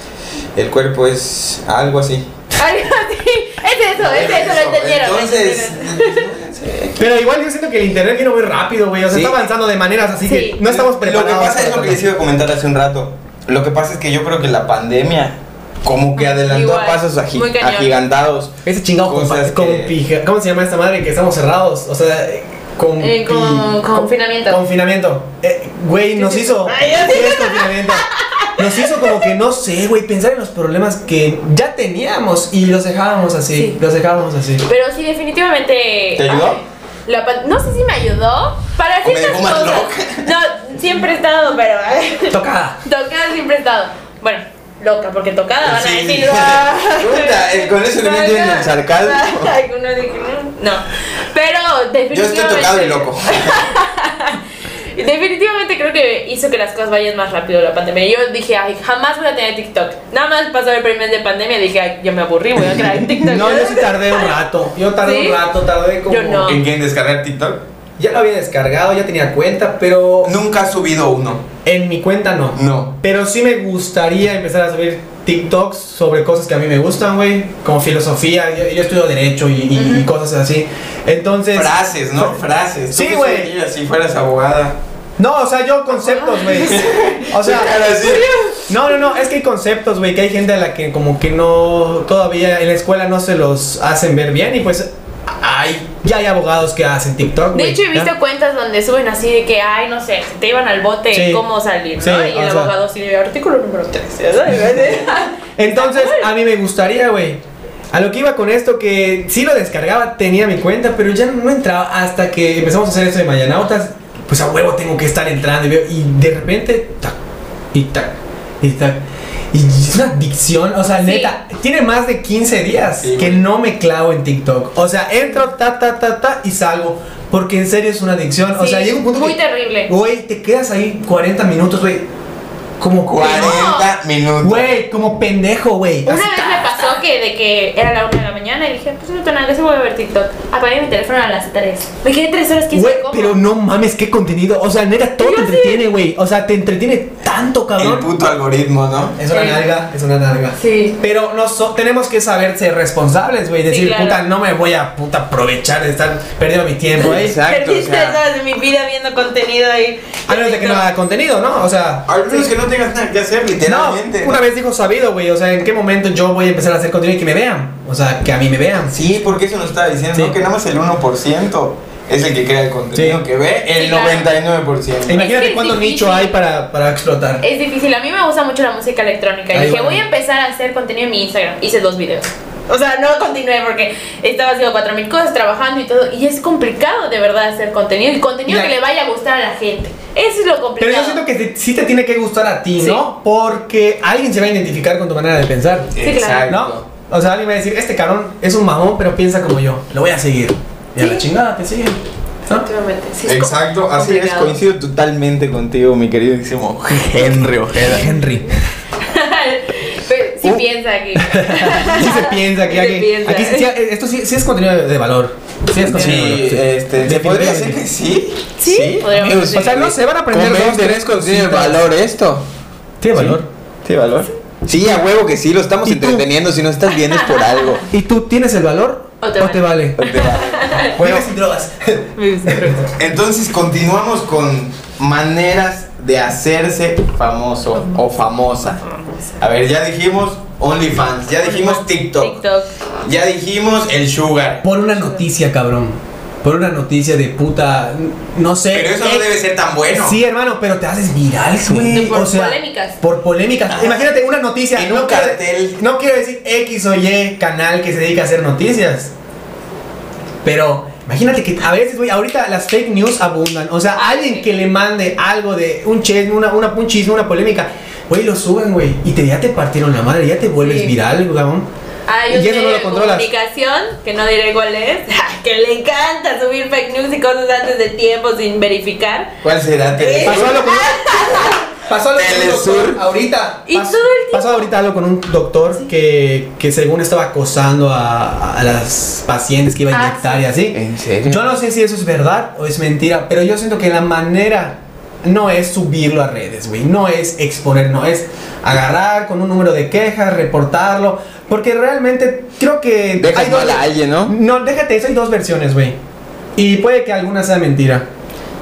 A: El cuerpo es algo así.
C: Algo así. Es eso, es eso, lo entendieron. lo
A: Entonces,
C: entendieron.
B: Pero igual yo siento que el internet vino muy rápido, güey. O sea,
A: Sí.
B: está avanzando de maneras así
C: Sí.
B: que no estamos preparados.
A: Lo que pasa
B: para
A: es lo que
B: todo.
A: les iba a comentar hace un rato. Lo que pasa es que yo creo que la pandemia como que adelantó
C: Igual,
A: a pasos agi-
C: muy cañón.
A: agigantados.
B: Ese chingado con,
A: Cosas
B: con
A: que-
B: pija- ¿Cómo se llama esta madre? Que estamos cerrados. O sea, eh, con.
C: Eh, con-
B: pi-
C: con- confinamiento.
B: Confinamiento. Eh, Güey, nos
C: sí.
B: hizo.
C: Ay, yo sí.
B: ¿qué es confinamiento? Nos hizo como que no sé, güey, pensar en los problemas que ya teníamos y los dejábamos así.
C: Sí.
B: Los dejábamos así.
C: Pero sí, definitivamente.
A: ¿Te ayudó?
C: Ay, la pan- no sé si me ayudó. Para
A: ¿O me
C: ciertas
A: dejó más
C: cosas. No, siempre he estado, pero. eh,
B: Tocada.
C: Tocada siempre he estado. Bueno, loca, porque tocada van a
A: Sí.
C: decir. "Ah".
A: Puta, eh, con eso le
C: Tocada.
A: meten el sarcasmo.
C: Algunos dicen, no. Pero definitivamente.
A: Yo estoy tocado y loco.
C: Definitivamente creo que hizo que las cosas vayan más rápido la pandemia. Yo dije, ay, jamás voy a tener TikTok. Nada más pasó el primer mes de pandemia dije, ay, yo me aburrí, voy a crear TikTok.
B: No, yo sí tardé un rato. Yo tardé
C: ¿Sí?
B: un rato, tardé como.
C: Yo no.
A: ¿En quién descargar TikTok?
B: Ya lo había descargado, ya tenía cuenta, pero.
A: Nunca has subido uno.
B: En mi cuenta no.
A: No.
B: Pero sí me gustaría empezar a subir TikToks sobre cosas que a mí me gustan, güey. Como filosofía, yo, yo estudio derecho y, y- y cosas así. Entonces...
A: Frases, ¿no? Frases.
B: Sí,
A: Tú
B: güey.
A: subirías Si fueras abogada.
B: No, o sea, yo conceptos, güey. O sea...
A: Cara así.
B: No, no, no, es que hay conceptos, güey, que hay gente a la que como que no, todavía en la escuela no se los hacen ver bien y pues hay, ya hay abogados que hacen TikTok,
C: De
B: güey,
C: hecho, he
B: ¿ya?
C: visto cuentas donde suben así de que, ay, no sé, te iban al bote,
B: Sí.
C: ¿cómo salir?
B: Sí,
C: ¿no? Y el
B: o sea.
C: abogado así de artículo número 3. ya sabes.
B: Entonces, a mí me gustaría, güey. A lo que iba con esto, que sí lo descargaba, tenía mi cuenta, pero ya no entraba hasta que empezamos a hacer esto de Mayanautas. Pues a huevo tengo que estar entrando y veo. Y de repente, tac, y tac, y tac. Y es una adicción, o sea,
C: Sí.
B: neta, tiene más de 15 días
A: Sí,
B: que
A: güey.
B: no me clavo en TikTok. O sea, entro, ta, ta, ta, ta, y salgo. Porque en serio es una adicción. o
C: Sí,
B: sea, llega un punto
C: muy
B: que,
C: terrible.
B: güey, te quedas ahí 40 minutos, güey. Como
A: 40 minutos.
B: Güey, como pendejo, güey.
C: Una
B: Así,
C: vez
B: ta,
C: me pasó acuerdo que de que era la 1 de la mañana y dije, pues no tengo nada que hacer, voy a ver TikTok. Apagué mi teléfono a las 3. Me quedé 3 horas 15
B: Güey,
C: cómo.
B: pero no mames, qué contenido. O sea, neta, todo
C: Yo
B: te
C: sí.
B: entretiene, güey. O sea, te entretiene tanto,
A: El
B: cabrón.
A: puto algoritmo, ¿no?
B: Es una nalga, es una nalga.
C: Sí.
B: Pero no so- tenemos que saber ser responsables, güey. Decir,
C: claro.
B: puta, no me voy a puta aprovechar de estar perdiendo mi tiempo, güey.
A: Exacto.
C: Perdí
A: o
C: 3
A: sea,
C: horas de mi vida viendo contenido ahí.
B: A menos de que no haga contenido, ¿no? O sea.
A: al menos que no tengas nada que hacer,
B: No,
A: literalmente.
B: una vez dijo sabido, güey. O sea, ¿en qué momento yo voy a empezar a hacer contenido y que me vean? O sea, que a mí me vean.
A: Sí, porque eso nos estaba diciendo,
B: Sí.
A: ¿no? Que nada más el 1% es el que crea el contenido
B: Sí.
A: que ve, el
C: Sí, claro.
A: 99%.
C: Es que
B: E Imagínate
C: es
B: cuánto
C: difícil.
B: nicho hay para, para explotar.
C: Es difícil, a mí me gusta mucho la música electrónica. Y
B: Ahí
C: dije,
B: va.
C: voy a empezar a hacer contenido en mi Instagram. Hice dos videos. O sea, no continué porque estaba haciendo 4000 cosas, trabajando y todo. Y es complicado de verdad hacer contenido. Y contenido
B: Mira.
C: que le vaya a gustar a la gente. Eso es lo
B: Pero yo
C: complicado.
B: siento que te- sí te tiene que gustar a ti,
C: Sí.
B: ¿no? Porque alguien se va a identificar con tu manera de pensar,
C: Sí, claro.
B: ¿no? O sea, alguien va a decir, este cabrón es un mamón, pero piensa como yo. Lo voy a seguir. Y a la
C: Sí.
B: chingada te siguen. ¿No?
C: Últimamente, sí, es
A: Exacto, así es,
C: complicado.
A: coincido totalmente contigo, mi queridísimo Henry Ojeda.
B: Henry.
C: Pero sí
A: Uh.
C: piensa que.
B: Sí se piensa que
C: Sí se
B: aquí,
C: piensa.
B: aquí sí- sí- esto sí, sí es contenido de, de valor. Sí es contenido de
A: Sí,
B: valor. sí.
A: este, ¿se podría decir que sí?
C: Sí, podríamos
A: amigos,
C: decir.
B: O sea, no se van a aprender
A: Conven-
B: dos, tres
A: tenés contenido de
B: cositas.
A: valor esto.
B: Tiene valor.
A: ¿Tiene valor? Sí, a huevo que sí, lo estamos
B: ¿Y tú?
A: entreteniendo, si no estás viendo es por algo.
B: ¿Y tú tienes el valor
C: O te
B: vale?
A: Bueno,
B: Vive sin drogas.
A: entonces continuamos con maneras de hacerse famoso o famosa. A ver, ya dijimos OnlyFans, ya dijimos TikTok,
C: TikTok.
A: ya dijimos el Sugar.
B: Por una noticia, cabrón. Por una noticia de puta. No sé.
A: Pero eso no
B: ex-
A: debe ser tan bueno.
B: Sí, hermano, pero te haces viral, güey.
C: Por
B: o sea,
C: polémicas.
B: Por polémicas.
A: Ajá.
B: Imagínate una noticia.
A: En un
B: quiero-
A: cartel.
B: no quiero decir X o Y canal que se dedica a hacer noticias. Pero imagínate que a veces, güey, ahorita las fake news abundan. O sea, alguien que le mande algo de un chisme, una, una, un chisme, una polémica. Güey, lo suben, güey. Y te, ya te partieron la madre, ya te vuelves
C: Sí.
B: viral, güey, cabrón.
C: Hay un
B: Y eso no
C: medio
B: lo
C: de
B: controlas.
C: Ah, comunicación, que no diré cuál es, que le encanta subir fake news y cosas antes de tiempo sin verificar.
A: ¿Cuál será?
C: Eh,
B: Pasó algo con un, pasó algo con un
A: Telesur.
B: doctor ahorita.
C: Y
B: Pas-
C: todo el tiempo.
B: pasó ahorita algo con un doctor que, que según estaba acosando a, a las pacientes que iba a
C: Ah,
B: inyectar y así.
A: ¿En serio?
B: Yo no sé si eso es verdad o es mentira, pero yo siento que la manera no es subirlo a redes, güey. No es exponer, no es agarrar con un número de quejas, reportarlo. Porque realmente creo que...
A: Dejas
B: hay dos-
A: mal a alguien, ¿no?
B: No, déjate eso, hay dos versiones, güey. Y puede que alguna sea mentira.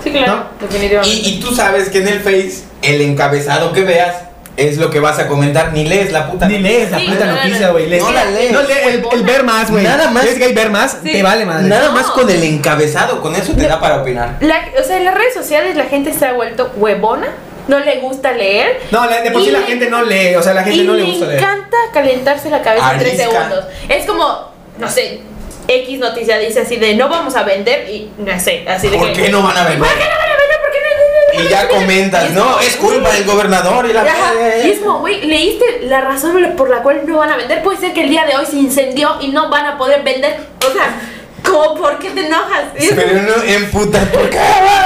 C: Sí, claro, definitivamente.
A: Y, y tú sabes que en el Face, el encabezado que veas es lo que vas a comentar. Ni lees la puta.
B: Ni lees la
C: Sí,
B: puta
C: no, no,
B: noticia,
C: no.
B: güey. lees.
A: No la lees.
B: No lees el, el ver más, güey.
A: Nada más.
B: Es que hay ver más,
C: Sí.
B: te vale madre.
A: Nada
C: No.
A: más con el encabezado, con eso te da para opinar.
C: La- o sea, en las redes sociales la gente se ha vuelto huevona, no le gusta leer.
B: No, la- de por sí
C: Y
B: la
C: le-
B: gente no lee. O sea, la gente
C: y
B: no le
C: me
B: gusta leer.
C: encanta calentarse la cabeza en tres
A: Arisca.
C: segundos. Es como, no sé, X noticia dice así de no vamos a vender y no sé, así de
A: ¿Por
C: que-
A: qué no van a
C: ¿Por
A: vender?
C: qué no van a vender? ¿Por qué no- no- no- no-
A: Y
C: no-
A: ya
C: no- no-
A: comentas,
C: Y
A: no,
C: como,
A: es culpa del gobernador y la
C: Ajá, Y es como, güey, leíste la razón por la cual no van a vender. Puede ser que el día de hoy se incendió y no van a poder vender. O sea, como, ¿por qué te enojas? Y es-
A: Pero no emputas, ¿por qué?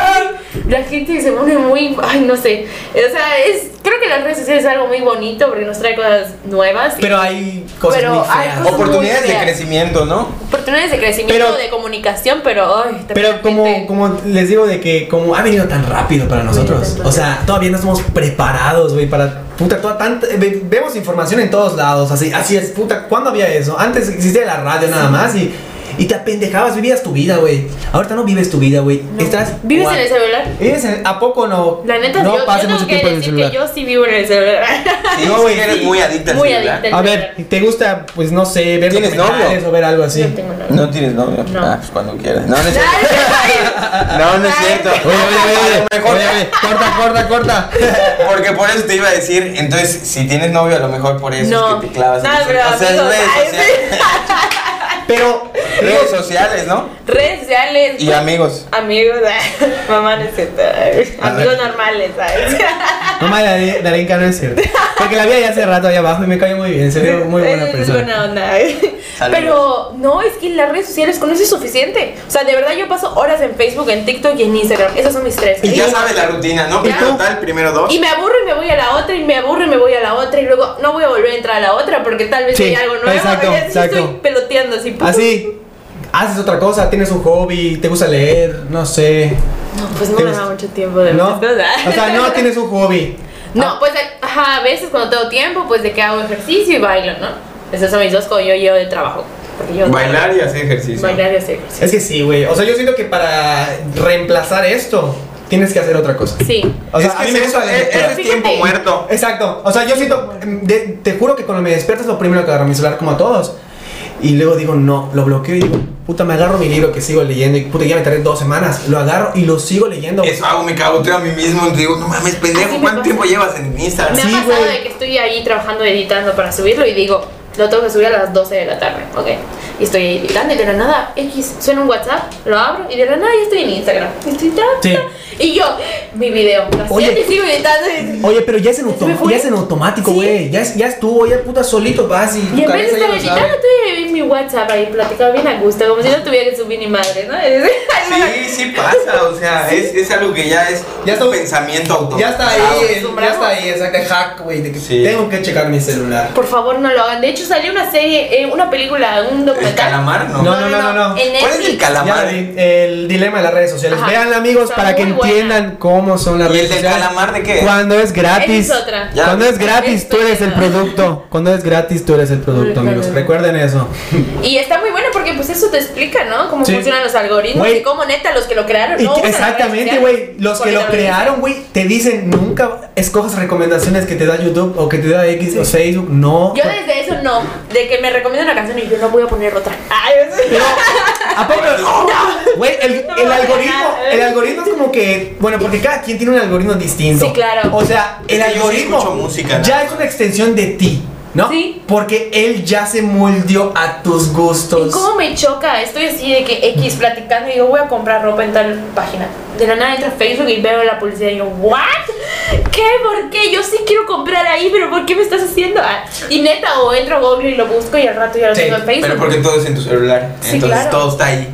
C: La gente se pone muy. Ay, no sé. O sea, es, creo que las redes sociales es algo muy bonito porque nos trae cosas nuevas.
B: Pero hay cosas
C: Pero
B: muy
C: hay
B: feas.
C: cosas-
A: Oportunidades de
C: Muy fea.
A: crecimiento, ¿no?
C: oportunidades de crecimiento,
B: Pero-
C: de comunicación, pero. Ay, de
B: Pero
C: repente-
B: como, como les digo de que como ha venido tan rápido para nosotros.
C: tanto
B: O sea, todavía no estamos preparados, güey, para puta, toda tanta- ve- vemos información en todos lados, así, así es, puta, ¿cuándo había eso? Antes existía la radio nada más y, y te apendejabas, vivías tu vida, güey. Ahorita no vives tu vida, güey.
C: No.
B: Estás
C: ¿Vives en el celular?
B: ¿Vives en- ¿A poco no?
C: La neta,
B: no
C: yo,
B: pasa
C: yo tengo
B: mucho
C: que
B: tiempo en el
C: decir que
B: celular.
C: yo sí vivo en el celular.
A: Sí,
B: No,
A: sí
B: güey.
A: eres muy adicta al
C: Muy
A: celular.
C: adicta.
B: A ver, ¿te gusta, pues no sé, ver
A: ¿Tienes
B: documentales
A: novio?
B: o ver algo así?
C: No tengo nada.
A: No tienes novio.
C: No.
A: Ah, pues cuando quieras. No, no es cierto.
C: Ay,
A: No, no es cierto.
B: Oye, oye,
A: A lo
B: oye,
A: mejor-
B: oye, oye, corta, corta, corta.
A: Porque por eso te iba a decir, entonces, si tienes novio, a lo mejor por eso
C: No.
A: es que te clavas. en
C: No,
A: eso.
C: pero
A: o sea, es
C: amigos,
A: redes
C: ay,
A: sociales.
B: Pero,
A: Redes sociales, ¿no?
C: Redes sociales.
A: Y amigos.
C: Amigos, ay, mamá no es cierto, ay,
A: A
C: amigos
A: ver.
C: normales, ¿sabes?
B: Mamá de Dar- Darenka no es cierto. Porque la vi ahí hace rato allá abajo y me cayó muy bien. Se ve muy buena
C: es buena
B: persona.
C: onda.
A: Saludos.
C: Pero no, es que en las redes sociales con eso es suficiente. O sea, de verdad yo paso horas en Facebook, en TikTok y en Instagram. Esos son mis tres.
A: Y ya sabes la rutina, ¿no?
C: Ya.
A: Primero tal, primero dos.
C: Y me aburro y me voy a la otra, y me aburro y me voy a la otra, y luego no voy a volver a entrar a la otra porque tal vez
B: Sí,
C: hay algo nuevo.
B: exacto,
C: y así
B: exacto.
C: Estoy peloteando así. pum.
B: Así, haces otra cosa, tienes un hobby, te gusta leer, no sé.
C: No, pues no me
B: Tienes-
C: da mucho tiempo de
B: ¿No? O
C: verdad.
B: sea, no tienes un hobby.
C: No, pues ajá, a veces cuando tengo tiempo, pues de que hago ejercicio y bailo, ¿no? Esas son mis dos cosas yo llevo de trabajo. Porque yo
A: Bailar y hacer ejercicio.
C: Bailar y hacer ejercicio.
B: Es que sí, güey. O sea, yo siento que para reemplazar esto, tienes que hacer otra cosa.
C: Sí.
B: O sea,
A: es
B: a
A: que
B: mí me
A: es-
B: gusta la
A: es,
B: lectura.
A: e-, es tiempo
C: Fíjate.
A: muerto.
B: Exacto. O sea, yo siento. de- te juro que cuando me despierto es lo primero que agarro mi celular, como a todos. Y luego digo, no, lo bloqueo y digo, puta, me agarro mi libro que sigo leyendo. Y puta, ya me tardé dos semanas. Lo agarro y lo sigo leyendo. güey.
A: Eso hago, me caboteo a mí mismo. y Digo, no mames,
C: Así
A: pendejo,
C: me
A: ¿cuánto
C: pasa.
A: tiempo llevas en Instagram?
C: Me
B: Sí,
C: ha pasado
B: güey.
C: de que estoy ahí trabajando, editando para subirlo y digo, lo tengo que subir a las 12 de la tarde, ok. Y estoy editando y de la nada, X, suena un WhatsApp, lo abro y de la nada ya estoy en Instagram. Y estoy ta, ta.
B: Sí.
C: Y yo, mi video, lo
B: Oye.
C: siento y sigo editando.
B: Oye, pero ya es en,
C: Se me
B: autom-
C: fue.
B: ya es en automático,
C: Sí.
B: güey. Ya, es- ya estuvo, ya puta solito vas y. tu
C: Y en vez
B: cabeza
C: de
B: ya
C: estar
B: lo sabe.
C: editando, estoy en mi WhatsApp ahí platicando bien a gusto, como si no tuviera que subir ni madre, ¿no?
A: Sí, sí pasa, o sea, es, es algo que ya es
B: Ya
A: un
B: está-
A: pensamiento
B: Ya
A: automático.
B: está ahí, el- ya
C: Acostumbrado.
B: está ahí, exacto. Hack, güey. de que
A: Sí.
B: Tengo que checar mi celular.
C: Por favor, no lo hagan. De hecho, salió una serie, eh, una película, un
A: El
C: documental.
A: calamar, ¿no?
B: No,
C: En
B: no.
A: ¿Cuál es el
C: Netflix.
B: Ya
A: calamar?
B: vi, el dilema de las redes sociales.
C: Ajá.
B: Vean amigos
C: Está
B: para que
C: muy buena.
B: entiendan cómo son las
A: ¿Y el
B: redes
A: del
B: sociales.
A: calamar de qué?
B: Cuando es gratis.
C: Esa es otra.
A: Ya.
B: Cuando es gratis,
C: Esa
B: tú eres
C: es
B: el
C: otra.
B: producto. Cuando es gratis, tú eres el producto,
C: Recuerden.
B: amigos. Recuerden eso.
C: Y está muy bueno porque pues eso te explica, ¿no? Cómo
B: Sí.
C: funcionan los algoritmos
B: Güey.
C: y cómo neta los que lo crearon.
B: Y
C: No
B: que-
C: usan las redes
B: exactamente,
C: sociales
B: güey. Los que
C: porque
B: lo
C: no
B: crearon, güey, te dicen nunca escojas recomendaciones que te da YouTube o que te da X o Facebook. No.
C: dicen. Yo desde eso no, de que me recomienda una canción y yo no voy a poner otra. Ay, eso
B: Pero, ¿a poco? Güey, el,
C: No
B: el
C: me
B: algoritmo,
C: voy a ¿eh?
B: el
C: ganar.
B: algoritmo es como que, bueno, porque cada quien tiene un algoritmo distinto.
C: Sí, claro.
B: O sea,
A: Es
B: el
A: que yo sí
B: algoritmo
A: escucho música, ¿no?
B: ya es una extensión de ti, ¿no?
C: Sí.
B: Porque él ya se moldeó a tus
C: ¿Y
B: gustos.
C: cómo me choca? Estoy así de que X platicando y digo, voy a comprar ropa en tal página. De la nada entro a Facebook y veo la publicidad y digo, ¿what? ¿Qué? ¿Por qué? Yo sí quiero comprar ahí, pero ¿por qué me estás haciendo? Ah, Y neta, o entro a Google y lo busco y al rato ya lo
B: Sí,
C: tengo en Facebook.
A: Pero porque todo es en tu celular,
C: Sí,
A: entonces
C: claro.
A: todo está ahí.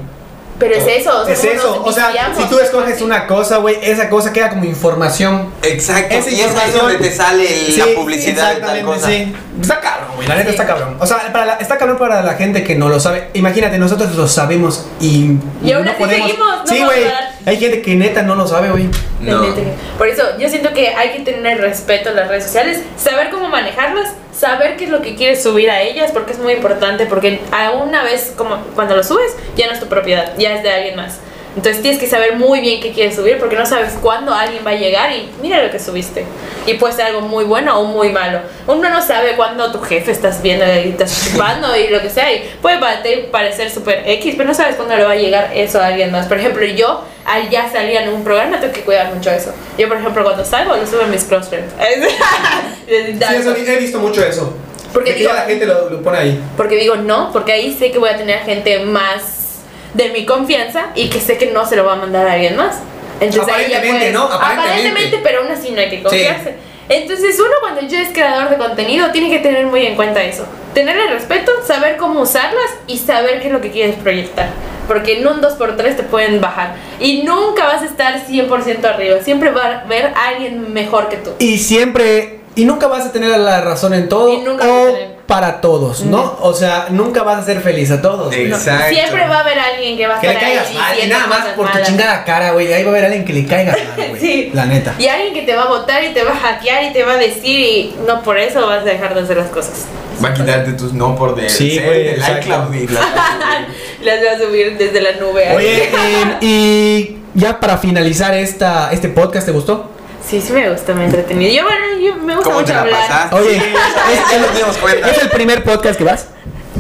C: Pero es eso, o sea,
B: Es
C: cómo nos
B: eso, o sea,
C: viciamos.
B: si tú escoges una cosa, güey, esa cosa queda como información.
A: Exacto,
B: Esa
A: y es ahí
B: información-
A: donde te sale el- la
B: Sí,
A: publicidad de tal
B: exactamente,
A: cosa.
B: sí. Está cabrón, güey, la neta
C: Sí.
B: está cabrón. O sea, para la- está cabrón para la gente que no lo sabe. Imagínate, nosotros lo sabemos y,
C: Y aún
B: no
C: así
B: podemos.
C: seguimos, no
B: sí,
C: vamos
B: güey.
C: a parar.
B: Hay gente que neta no lo sabe, güey.
A: No.
C: Realmente. Por eso yo siento que hay que tener el respeto a las redes sociales, saber cómo manejarlas, saber qué es lo que quieres subir a ellas, porque es muy importante, porque a una vez como cuando lo subes ya no es tu propiedad, ya es de alguien más. Entonces tienes que saber muy bien qué quieres subir porque no sabes cuándo alguien va a llegar y mira lo que subiste. Y puede ser algo muy bueno o muy malo. Uno no sabe cuándo tu jefe estás viendo y estás chupando y lo que sea. Y puede pa- te parecer súper X, pero no sabes cuándo le va a llegar eso a alguien más. Por ejemplo, yo al ya salir en un programa tengo que cuidar mucho eso. Yo, por ejemplo, cuando salgo lo subo en mis close friends.
B: Sí, eso, he visto mucho eso.
C: Porque
B: De que ya
C: digo-
B: la gente lo, lo pone ahí.
C: Porque digo no, porque ahí sé que voy a tener gente más de mi confianza y que sé que no se lo va a mandar a alguien más. Entonces ahí ya
B: Aparentemente,
C: puedes-
B: ¿no? Aparentemente.
C: Aparentemente, pero aún así no hay que confiarse. Entonces uno cuando ya es creador de contenido tiene que tener muy en cuenta eso. Tenerle respeto, saber cómo usarlas y saber qué es lo que quieres proyectar. Porque en un 2x3 te pueden bajar. Y nunca vas a estar 100% arriba. Siempre va a haber alguien mejor que tú.
B: Y siempre. Y nunca vas a tener la razón en todo.
C: Y nunca vas a
B: o
C: tener.
B: para todos, ¿no? O sea, nunca vas a ser feliz a todos.
A: Sí.
B: ¿no?
A: Exacto.
C: Siempre va a haber alguien que va a
B: Que le
C: estar ahí
B: caigas mal. Y
C: diciendo
B: nada más
C: cosas
B: por tu
C: malas.
B: chingada cara, güey. Ahí va a haber alguien que le caiga mal, güey.
C: Sí.
B: La neta.
C: Y alguien que te va a votar y te va a hackear y te va a decir y no por eso vas a dejar de hacer las cosas.
A: Va a quitarte tus no por de
B: Sí,
A: del-
B: güey,
A: del
B: exacto.
A: iCloud y la-
C: Las va a subir desde la nube.
B: Oye, em, y ya para finalizar esta, este podcast, ¿te gustó?
C: Sí, sí me gusta, me entretenido. Yo, bueno, yo me gusta
A: ¿Cómo te
C: mucho
A: la
C: hablar.
A: pasaste?
B: Oye,
A: Sí, ya nos dimos cuenta.
B: ¿Es el primer podcast que vas?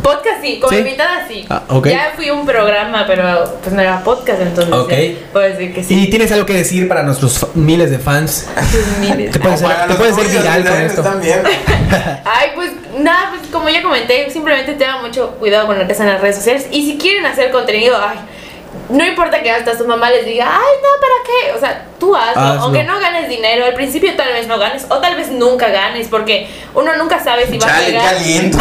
C: Podcast sí, como
B: ¿Sí?
C: invitada sí.
B: Ah, ok.
C: Ya fui a un programa, pero pues no era podcast, entonces
B: Ok.
C: ya puedo decir que
B: ¿Y
C: sí.
B: tienes algo que decir para nuestros fa- miles de fans?
C: Miles.
B: Te puedes
A: Como para
B: hacer, te
A: los
B: puedes hacer
A: tuyos,
B: viral
A: nadie
B: con
A: lo
B: esto.
A: están viendo.
C: Ay, pues nada, pues como ya comenté, simplemente tengan mucho cuidado con lo que hacen en las redes sociales. Y si quieren hacer contenido, ay, no importa que hasta su mamá les diga, ay, no, ¿para qué? O sea, tú hazlo,
B: Hazlo.
C: aunque no ganes inviertes dinero, al principio tal vez no ganes o tal vez nunca ganes porque uno nunca sabe si va a
A: Chale, qué
C: llegar.
A: aliento.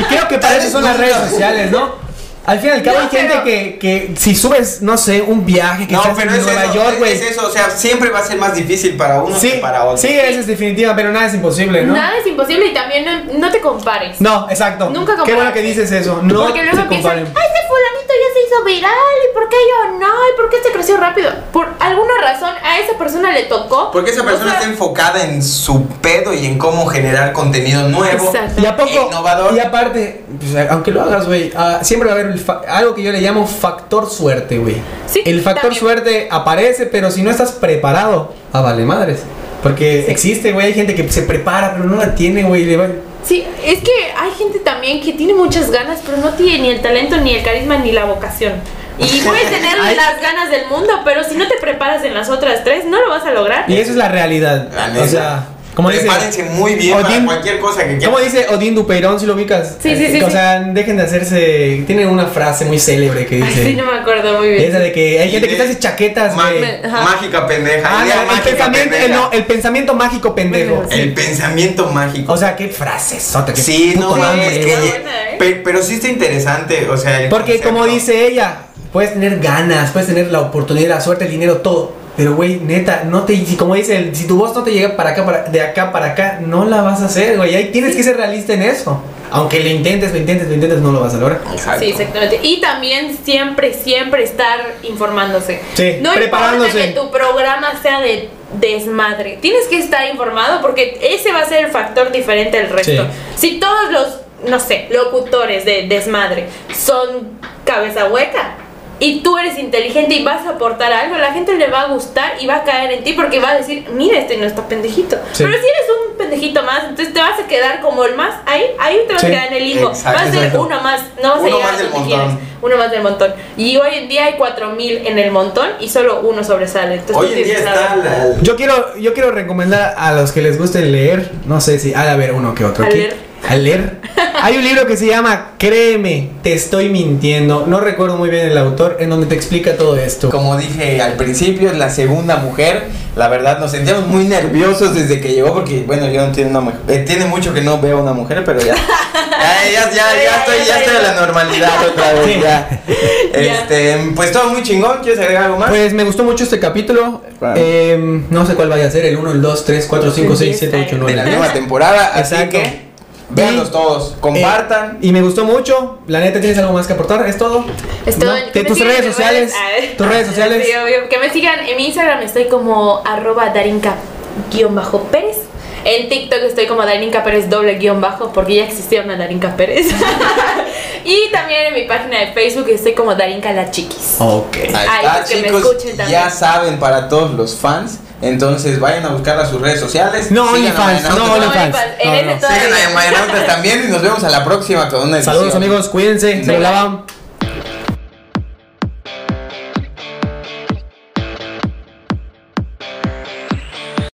B: Y creo que para eso son las redes sociales, ¿no? Al fin y al cabo
C: No,
B: hay gente
C: pero-
B: que, que si subes, no sé, un viaje que
A: No,
B: estás
A: pero
B: en
A: es
B: Nueva
A: eso,
B: York, güey.
A: es eso, o sea, siempre va a ser más difícil para uno que
B: Sí,
A: para otro.
B: sí, esa es definitiva, pero nada es imposible, ¿no?
C: Nada es imposible y también no, no te compares.
B: No, exacto.
C: Nunca
B: Qué bueno
C: compararse.
B: que dices eso. No
C: porque
B: se
C: luego piensan, ay,
B: comparen.
C: este fulanito ya se hizo viral, ¿y por qué yo no? ¿Y por qué este creció rápido? Por alguna razón a esa persona le tocó.
A: Porque esa persona
C: O sea,
A: está enfocada en su pedo y en cómo generar contenido nuevo.
C: Exacto.
B: Y a poco,
A: Innovador.
B: y aparte, pues, aunque lo hagas, güey, ah, siempre va a haber el fa- algo que yo le llamo factor suerte, güey.
C: Sí,
B: el factor
C: también.
B: suerte aparece, pero si no estás preparado, ah, vale madres. Porque existe, güey, hay gente que se prepara, pero no la tiene, güey. le vale.
C: Sí, es que hay gente también que tiene muchas ganas, pero no tiene ni el talento, ni el carisma, ni la vocación. Y puedes tener
B: Ay.
C: las ganas del mundo, pero si no te preparas en las otras tres, no lo vas a lograr.
B: Y eso es la realidad.
A: La
B: o
A: neta.
B: sea, como dice,
A: Prepárense muy bien para
B: Odín-
A: cualquier cosa que
B: ¿cómo
A: quieran.
B: dice Odín Dupeirón si lo ubicas?
C: Sí, sí, sí,
B: O
C: sí.
B: sea, dejen de hacerse. Tienen una frase muy célebre que
C: Ay,
B: dice:
C: sí, no me acuerdo muy bien.
B: Esa de que hay gente que te hace chaquetas,
A: Ma-
B: güey.
C: Ajá.
A: Mágica pendeja.
B: Ah,
A: idea
B: no, el
A: mágica
B: pensamiento,
A: pendeja.
B: el, no, el pensamiento mágico pendejo.
C: Pendejo,
A: El pensamiento mágico.
B: O sea, qué frases.
A: sí, no mames.
C: nombre,
A: que-
C: güey. Buena, ¿eh?
A: pe- pero sí está interesante, o sea. el
B: Porque como
A: concepto.
B: dice ella, puedes tener ganas, puedes tener la oportunidad, la suerte, el dinero, todo. Pero güey, neta, no te, si como dice, el- si tu voz no te llega para acá, para, de acá para acá, no la vas a hacer, güey. Ahí tienes que ser realista en eso. Aunque lo intentes, lo intentes, lo intentes, no lo vas a lograr.
A: Exacto.
C: Sí, exactamente. Y también siempre, siempre estar informándose.
B: Sí,
C: no
B: preparándose.
C: importa que tu programa sea de desmadre. Tienes que estar informado porque ese va a ser el factor diferente al resto. Si todos los, no sé, locutores de desmadre son cabeza hueca. Y tú eres inteligente y vas a aportar algo, la gente le va a gustar y va a caer en ti porque va a decir, mira, este no está pendejito.
B: Sí.
C: Pero si eres un pendejito más, entonces te vas a quedar como el más, ahí, ahí te vas
B: Sí.
C: a quedar en el limbo. Vas
A: Exacto,
C: a ser
B: exacto.
C: uno más, no vas a
A: Uno
C: llegar
A: más
C: a
A: del
C: donde
A: montón.
C: quieres. Uno más del montón. Y hoy en día hay 4000 en el montón y solo uno sobresale. Entonces,
A: Hoy
C: no
A: en día
C: tienes
A: está
C: nada.
A: la.
B: Yo quiero, yo quiero recomendar a los que les guste leer, no sé si, a ver uno que otro
C: A
B: aquí.
C: leer.
B: A leer. Hay un libro que se llama Créeme, te estoy mintiendo. No recuerdo muy bien el autor, en donde te explica todo esto.
A: Como dije al principio, es la segunda mujer. La verdad, nos sentíamos muy nerviosos desde que llegó. Porque, bueno, yo no tiene una mujer. eh, tiene mucho que no veo una mujer, pero ya. Ya, ya, ya, ya estoy, ya estoy a la normalidad otra vez. Ya. Este, pues todo muy chingón. ¿Quieres agregar algo más?
B: Pues me gustó mucho este capítulo.
A: Claro.
B: Em, no sé cuál vaya a ser, el 1, el 2, 3, 4, 5, 6, 7, 8,
A: de la
B: 9.
A: nueva temporada. Así
B: ¿eh? Exacto. Eh,
A: que, véanlos
B: Y-
A: todos. Compartan.
B: y me gustó mucho. La neta, ¿tienes algo más que aportar? ¿Es todo?
C: Es todo.
B: ¿No?
C: Que
B: Te-
C: me
B: tus
C: sigan
B: redes
C: en
B: sociales.
C: Ah,
B: Tus redes sociales.
C: sí, obvio. Que me sigan en mi Instagram, estoy como arroba darinka guión bajo Pérez. En TikTok estoy como Darinka Pérez doble guión bajo porque ya existía una Darinka Pérez. y también en mi página de Facebook estoy como Darinka la chiquis.
B: Ok.
A: Ahí
C: Ay,
A: está,
C: pues que me
A: chicos,
C: escuchen también.
A: ya saben para todos los fans, entonces vayan a buscar a sus redes sociales.
B: No,
A: sigan a
B: OnlyFans,
A: Mayanautas.
B: no
C: OnlyFans.
B: OnlyFans.
C: En
B: No,
C: ese
B: no.
C: todo-
A: Sigan a Mayanautas también y nos vemos a la próxima con una
B: Saludos
A: edición.
B: amigos, cuídense. Se
C: Bye.
B: lavan.